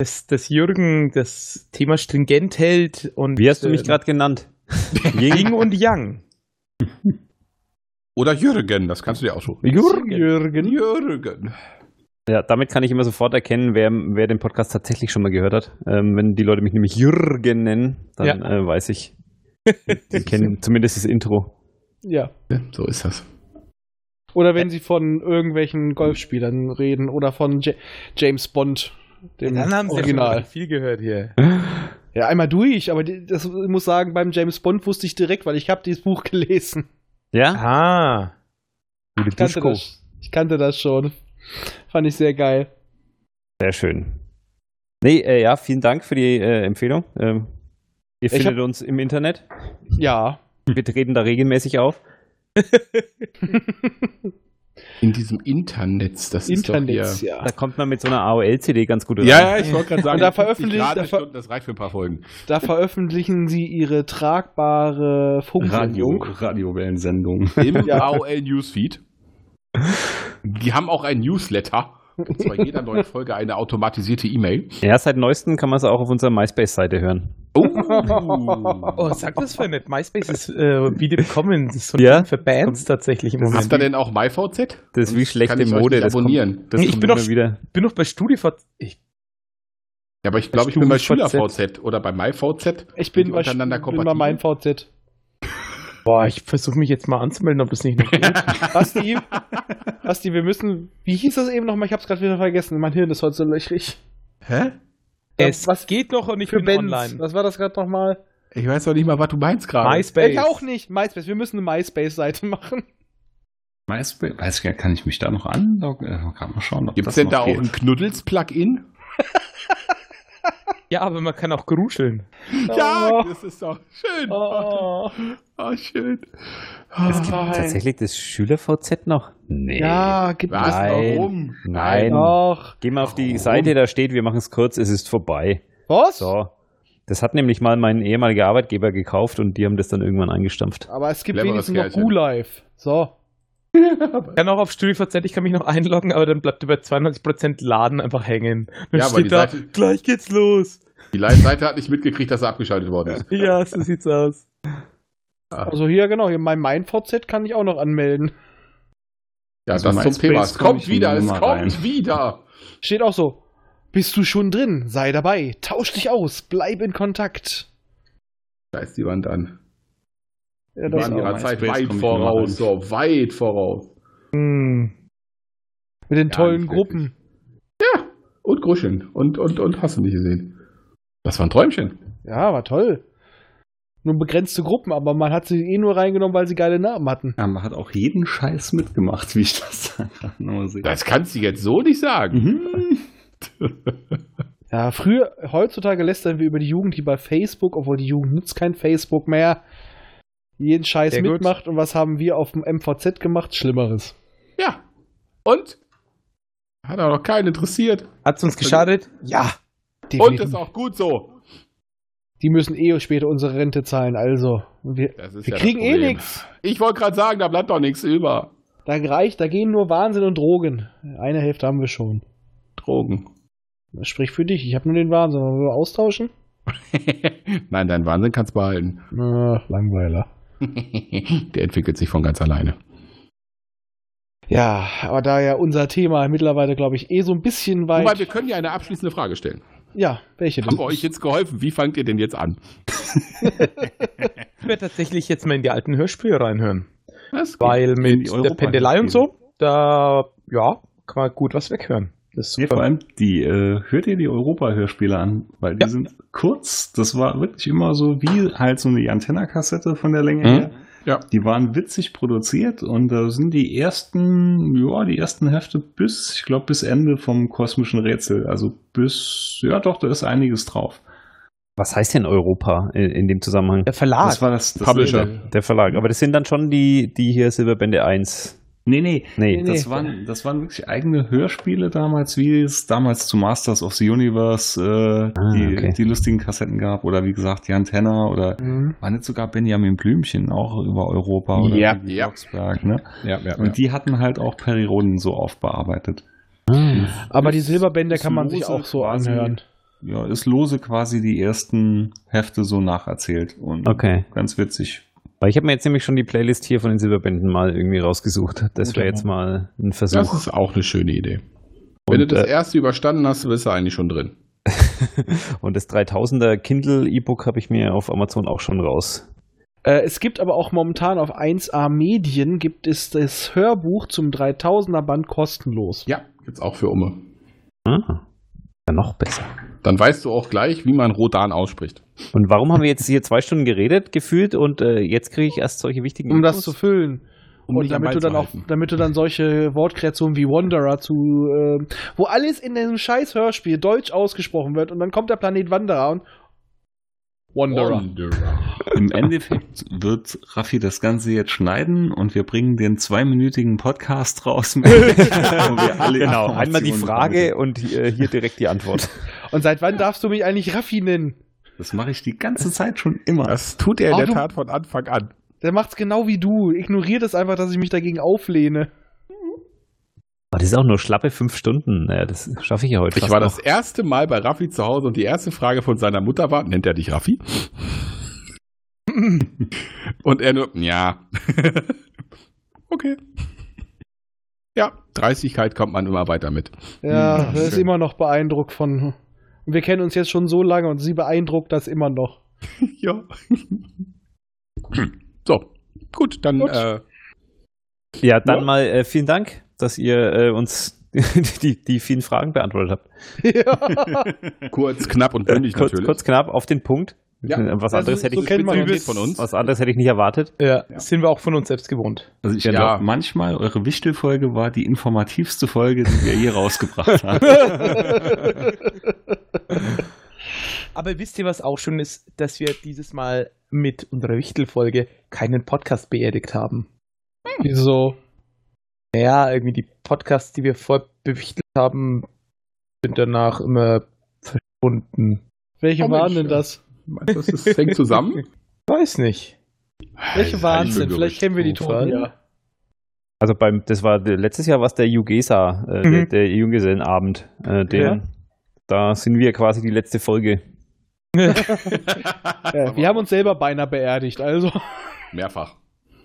Dass das Jürgen das Thema stringent hält und.
Wie hast du mich
äh,
gerade genannt?
Yin und Yang.
Oder Jürgen, das kannst du dir aussuchen.
Jürgen.
Jürgen.
Ja, damit kann ich immer sofort erkennen, wer, wer den Podcast tatsächlich schon mal gehört hat. Ähm, wenn die Leute mich nämlich Jürgen nennen, dann
Ja.
äh, weiß ich. Die kennen zumindest das Intro.
Ja.
So ist das.
Oder wenn sie von irgendwelchen Golfspielern reden oder von Ja- James Bond. Dem
Dann haben sie ja schon
Original.
viel gehört hier.
Ja, einmal durch, aber die- das ich muss sagen, beim James Bond wusste ich direkt, weil ich habe dieses Buch gelesen.
Ja?
Ah.
Ich kannte, das, ich kannte das schon. Fand ich sehr geil.
Sehr schön. Nee, äh, ja, vielen Dank für die äh, Empfehlung. Ähm, ihr
hab-
findet uns im Internet.
Ja.
Wir treten da regelmäßig auf.
In diesem Internetz, das ist
Internets,
doch
ja.
Da kommt man mit so einer AOL-CD ganz gut
hier. Ja, ja, ich wollte gerade sagen,
Und da
50
veröffentlicht-
Grad
da
eine
ver-
Stunde, das reicht für ein paar Folgen.
Da veröffentlichen sie ihre tragbare
Radio,
Funksendung.
Radiowellensendung.
Im
Ja.
AOL Newsfeed. Die haben auch ein Newsletter. Und zwar jeder neuen Folge eine automatisierte E-Mail.
Ja, seit neuestem kann man es auch auf unserer MySpace-Seite hören.
Oh, sag das für nicht. MySpace ist äh, wieder bekommen. Das ist so ein
Ja?
Ding für Bands tatsächlich im Moment.
Ist da denn auch MyVZ?
Das ist wie
Kann
schlechte
ich euch
Mode.
nicht
Das
abonnieren.
Kommt, das
Ich
kommt
bin doch-
immer wieder.
Ich bin noch bei StudiVZ. Ich
Ja, aber ich glaube, ich bin bei
StudiVZ.
SchülerVZ oder bei MyVZ.
Ich
Sind die
bin bei,
untereinander
bin bei meinem VZ.
Boah, ich versuche mich jetzt mal anzumelden, ob das nicht noch geht.
Basti, Basti, wir müssen. Wie hieß das eben nochmal? Ich hab's gerade wieder vergessen. Mein Hirn ist heute so löchrig. Äh,
Hä?
was
geht noch und ich
Für Benz. Was war das gerade nochmal?
Ich weiß doch nicht mal, was du meinst gerade.
MySpace.
Ich auch nicht. MySpace. Wir müssen eine MySpace-Seite machen.
MySpace, weiß ich gar nicht, kann ich mich da noch anloggen? Äh, kann mal schauen, ob
Gibt
das
es denn
noch
da auch
geht.
ein Knuddels-Plugin?
Ja, aber man kann auch gruscheln.
Ja, das ist doch schön.
Oh.
Oh, schön.
Es gibt
Ah,
Nein.
tatsächlich das Schüler-VZ noch? Nee.
Ja, gibt
Was?
es.
Nein.
Warum?
Nein.
Doch.
Geh mal auf die
Warum?
Seite, da steht, wir machen es kurz, es ist vorbei.
Was?
So. Das hat nämlich mal mein ehemaliger Arbeitgeber gekauft und die haben das dann irgendwann eingestampft.
Aber es gibt
Cleveres
wenigstens noch
Kerlchen.
U-Life. So.
Ich kann auch auf StudiVZ, ich kann mich noch einloggen, aber dann bleibt über 92% Laden einfach hängen. Dann
Ja, aber die
steht da,
Seite-
gleich geht's los.
Die Live-Seite hat nicht mitgekriegt, dass er abgeschaltet worden ist.
Ja, so sieht's aus.
Also hier, genau. Hier mein MeinVZ kann ich auch noch anmelden.
Ja,
Also
das zum
MySpace
Thema. Es
komm
kommt
ich
wieder, es
immer
kommt
rein.
wieder.
Steht auch so. Bist du schon drin? Sei dabei. Tausch dich aus. Bleib in Kontakt.
Da ist die Wand an.
Ja,
Die
das
waren
auch.
ihrer
MySpace
Zeit
kommt
weit
immer
voraus,
rein.
so weit voraus.
Mit den
Ja,
tollen
nicht
Gruppen.
Und gruscheln. Und, und, und hast du nicht gesehen. Das war ein Träumchen.
Ja, war toll. Nur begrenzte Gruppen, aber man hat sie eh nur reingenommen, weil sie geile Namen hatten.
Ja, man hat auch jeden Scheiß mitgemacht, wie ich das da gerade nochmal sehe.
Das kannst du jetzt so nicht sagen.
Mhm.
Ja, früher, heutzutage lästern wir über die Jugend, die bei Facebook, obwohl die Jugend nutzt kein Facebook mehr, jeden Scheiß
Sehr gut.
mitmacht. Und was haben wir auf dem MVZ gemacht? Schlimmeres.
Ja. Und? Hat auch noch keinen interessiert.
Hat's uns geschadet? Ja.
Und
Definitiv.
ist auch gut so.
Die müssen eh später unsere Rente zahlen, also. Und Wir,
Das ist
wir
ja das
kriegen eh
Problem.
nichts.
Ich wollte gerade sagen, da bleibt doch nichts über.
Da reicht, da gehen nur Wahnsinn und Drogen. Eine Hälfte haben wir schon.
Drogen.
Das spricht für dich. Ich habe nur den Wahnsinn. Wollen wir austauschen?
Nein, dein Wahnsinn kannst behalten.
Ach, Langweiler.
Der entwickelt sich von ganz alleine.
Ja, aber da ja unser Thema mittlerweile, glaube ich, eh so ein bisschen weit.
Wobei, wir können ja eine abschließende Frage stellen.
ja, welche
Haben
denn?
wir euch jetzt geholfen? Wie fangt ihr denn jetzt an?
Ich werde tatsächlich jetzt mal in die alten Hörspiele reinhören.
Das geht.
Weil
In die
mit der
Europa-
Pendelei und so, da, ja, kann man gut was weghören. Das ist
Nee, vor
super.
allem die, äh, hört ihr die Europa-Hörspiele an, weil die
Ja.
sind kurz, das war wirklich immer so wie halt so eine Antennakassette von der Länge
Mhm.
her.
Ja.
Die waren witzig produziert und da sind die ersten, ja, die ersten Hefte bis, ich glaube, bis Ende vom kosmischen Rätsel. Also bis, ja doch, da ist einiges drauf.
Was heißt denn Europa in, in dem Zusammenhang?
Der Verlag.
das war das, das
Ah, Publisher.
Nee,
Der Verlag. Aber das sind dann schon die, die hier Silberbände 1.
Nee, nee,
Nee.
Das, waren, das waren wirklich eigene Hörspiele damals, wie es damals zu Masters of the Universe äh,
Ah,
die,
okay.
die lustigen Kassetten gab oder wie gesagt die Antenna oder
Mhm.
war nicht sogar Benjamin Blümchen auch über Europa oder
Ja,
Bibi
ja.
Blocksberg, ne?
Ja, ja, ja.
Und die hatten halt auch Perioden so aufbearbeitet.
Aber die Silberbänder kann man sich
Lose
auch so
quasi.
anhören.
Ja, ist lose quasi die ersten Hefte so nacherzählt und
Okay.
ganz witzig.
Weil ich habe mir jetzt nämlich schon die Playlist hier von den Silberbänden mal irgendwie rausgesucht. Das wäre jetzt mal ein
Das
Versuch.
ist auch eine schöne Idee. Wenn
Und,
du das
äh,
erste überstanden hast, bist du eigentlich schon drin.
und das 3000er Kindle E-Book habe ich mir auf Amazon auch schon raus.
Äh, es gibt aber auch momentan auf 1A Medien gibt es das Hörbuch zum 3000er Band kostenlos.
Ja, jetzt auch für Umme.
Ah, ja, noch besser.
Dann weißt du auch gleich, wie man Rodan ausspricht.
Und warum haben wir jetzt hier zwei Stunden geredet, gefühlt, und äh, jetzt kriege ich erst solche wichtigen
Um das zu
Infos?
füllen.
Um
und
mich am
damit
Ball
du
zu
dann auch,
halten.
damit du dann solche Wortkreationen wie Wanderer zu, ähm, wo alles in dem scheiß Hörspiel deutsch ausgesprochen wird und dann kommt der Planet Wanderer und Wanderer.
Wanderer.
Im Endeffekt wird Raffi das Ganze jetzt schneiden und wir bringen den zweiminütigen Podcast raus. Mit, wo wir alle
Genau,
Informationen
einmal die Frage
bekommen.
und äh, hier direkt die Antwort.
Und seit wann darfst du mich eigentlich Raffi nennen?
Das mache ich die ganze Zeit schon immer.
Das tut er in
Oh,
der
du-
Tat von Anfang an.
Der macht's genau wie du. Ignoriert es einfach, dass ich mich dagegen auflehne.
Aber das ist auch nur schlappe fünf Stunden. Naja, das schaffe ich ja heute.
Ich
fast
war
noch.
das erste Mal bei Raffi zu Hause und die erste Frage von seiner Mutter war, nennt er dich Raffi? und er nur, ja. okay. Ja, Dreistigkeit kommt man immer weiter mit.
Ja,
Hm,
er ist
schön.
immer noch beeindruckt von. Wir kennen uns jetzt schon so lange und sie beeindruckt das immer noch.
Ja. so, gut, dann
Gut.
Äh,
Ja, dann
Ja.
mal äh, vielen Dank, dass ihr äh, uns die, die vielen Fragen beantwortet habt.
ja.
kurz, knapp und bündig
kurz,
natürlich.
kurz knapp auf den Punkt.
Ja.
Was,
Also,
anderes hätte
so
ich,
kennt man
Spezialität
uns.
von uns.
was anderes hätte ich nicht erwartet.
Ja,
Ja.
sind wir auch von uns selbst gewohnt.
Also ich
Ja.
glaube, manchmal eure Wichtelfolge war die informativste Folge, die wir je rausgebracht haben.
Aber wisst ihr, was auch schön ist, dass wir dieses Mal mit unserer Wichtelfolge keinen Podcast beerdigt haben. Hm.
Wieso?
Naja, irgendwie die Podcasts, die wir vorher bewichtelt haben, sind danach immer verschwunden.
Welche
Oh,
waren
Mensch,
denn
ja.
das?
Meinst du, das hängt zusammen?
Weiß nicht.
Welche waren es denn? Vielleicht kennen wir die
Zufall.
Toten ja.
Also beim, das war der- letztes Jahr war es der Jugesa, äh,
Mhm.
der, der Junggesellenabend. Äh, der,
Ja.
Da sind wir quasi die letzte Folge.
Äh, wir haben uns selber beinahe beerdigt. Also,
Mehrfach.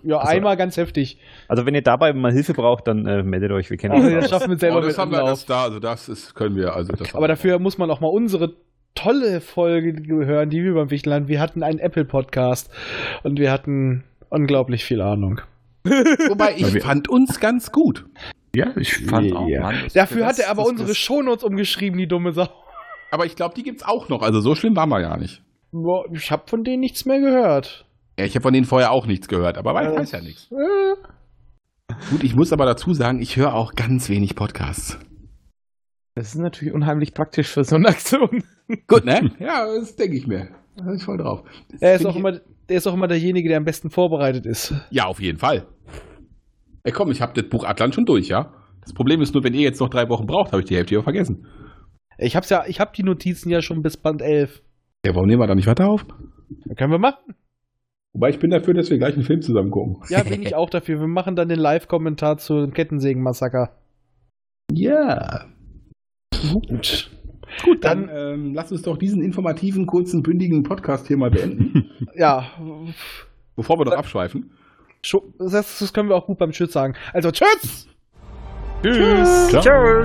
ja,
Also-
einmal ganz heftig.
Also wenn ihr dabei mal Hilfe braucht, dann äh, meldet euch. Wir kennen
Also,
uns.
das schaffen wir selber
oh, das
mit
haben wir
Anlauf.
das da, also das ist, können wir, also das
Aber dafür muss man auch mal unsere tolle Folge hören, die wir beim Wichteln Wir hatten einen Apple-Podcast und wir hatten unglaublich viel Ahnung.
Wobei ich fand uns ganz gut.
ja, ich fand auch.
Ja.
Mann, das-
Dafür hat
das-
er aber
das-
unsere
das-
Shownotes umgeschrieben, die dumme Sau.
Aber ich glaube, die gibt's auch noch. Also so schlimm waren wir gar nicht.
Boah, Ich habe von denen nichts mehr gehört.
Ja, ich habe von denen vorher auch nichts gehört, aber man
Ja,
weiß ja nichts.
Äh,
Gut, ich muss aber dazu sagen, ich höre auch ganz wenig Podcasts.
Das ist natürlich unheimlich praktisch für so eine Aktion.
Gut, ne? ja, das denke ich mir. Da bin ich voll drauf. Das
Er ist,
bin
auch
ich-
immer, er ist auch immer derjenige, der am besten vorbereitet ist.
Ja, auf jeden Fall. Ey, komm, ich habe das Buch Atlan schon durch, ja? Das Problem ist nur, wenn ihr jetzt noch drei Wochen braucht, habe ich die Hälfte ja vergessen.
Ich hab's ja, ich hab die Notizen ja schon bis Band 11.
Ja, warum nehmen wir da nicht weiter auf?
Können wir machen?
Wobei ich bin dafür, dass wir gleich einen Film zusammen gucken.
Ja, bin ich auch dafür. Wir machen dann den Live-Kommentar zum Kettensägen-Massaker.
Ja.
Gut.
Gut, dann, ähm, lass uns doch diesen informativen, kurzen, bündigen Podcast hier mal beenden.
Ja,
bevor wir noch abschweifen.
Schu- das, das können wir auch gut beim Tschüss sagen. Also Tschüss!
Tschüss.
Ciao.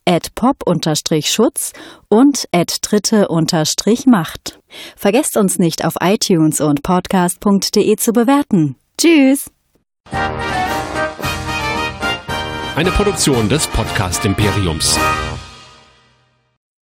at pop-schutz und at dritte-macht. Vergesst uns nicht auf iTunes und podcast.de zu bewerten. Tschüss!
Eine Produktion des Podcast Imperiums.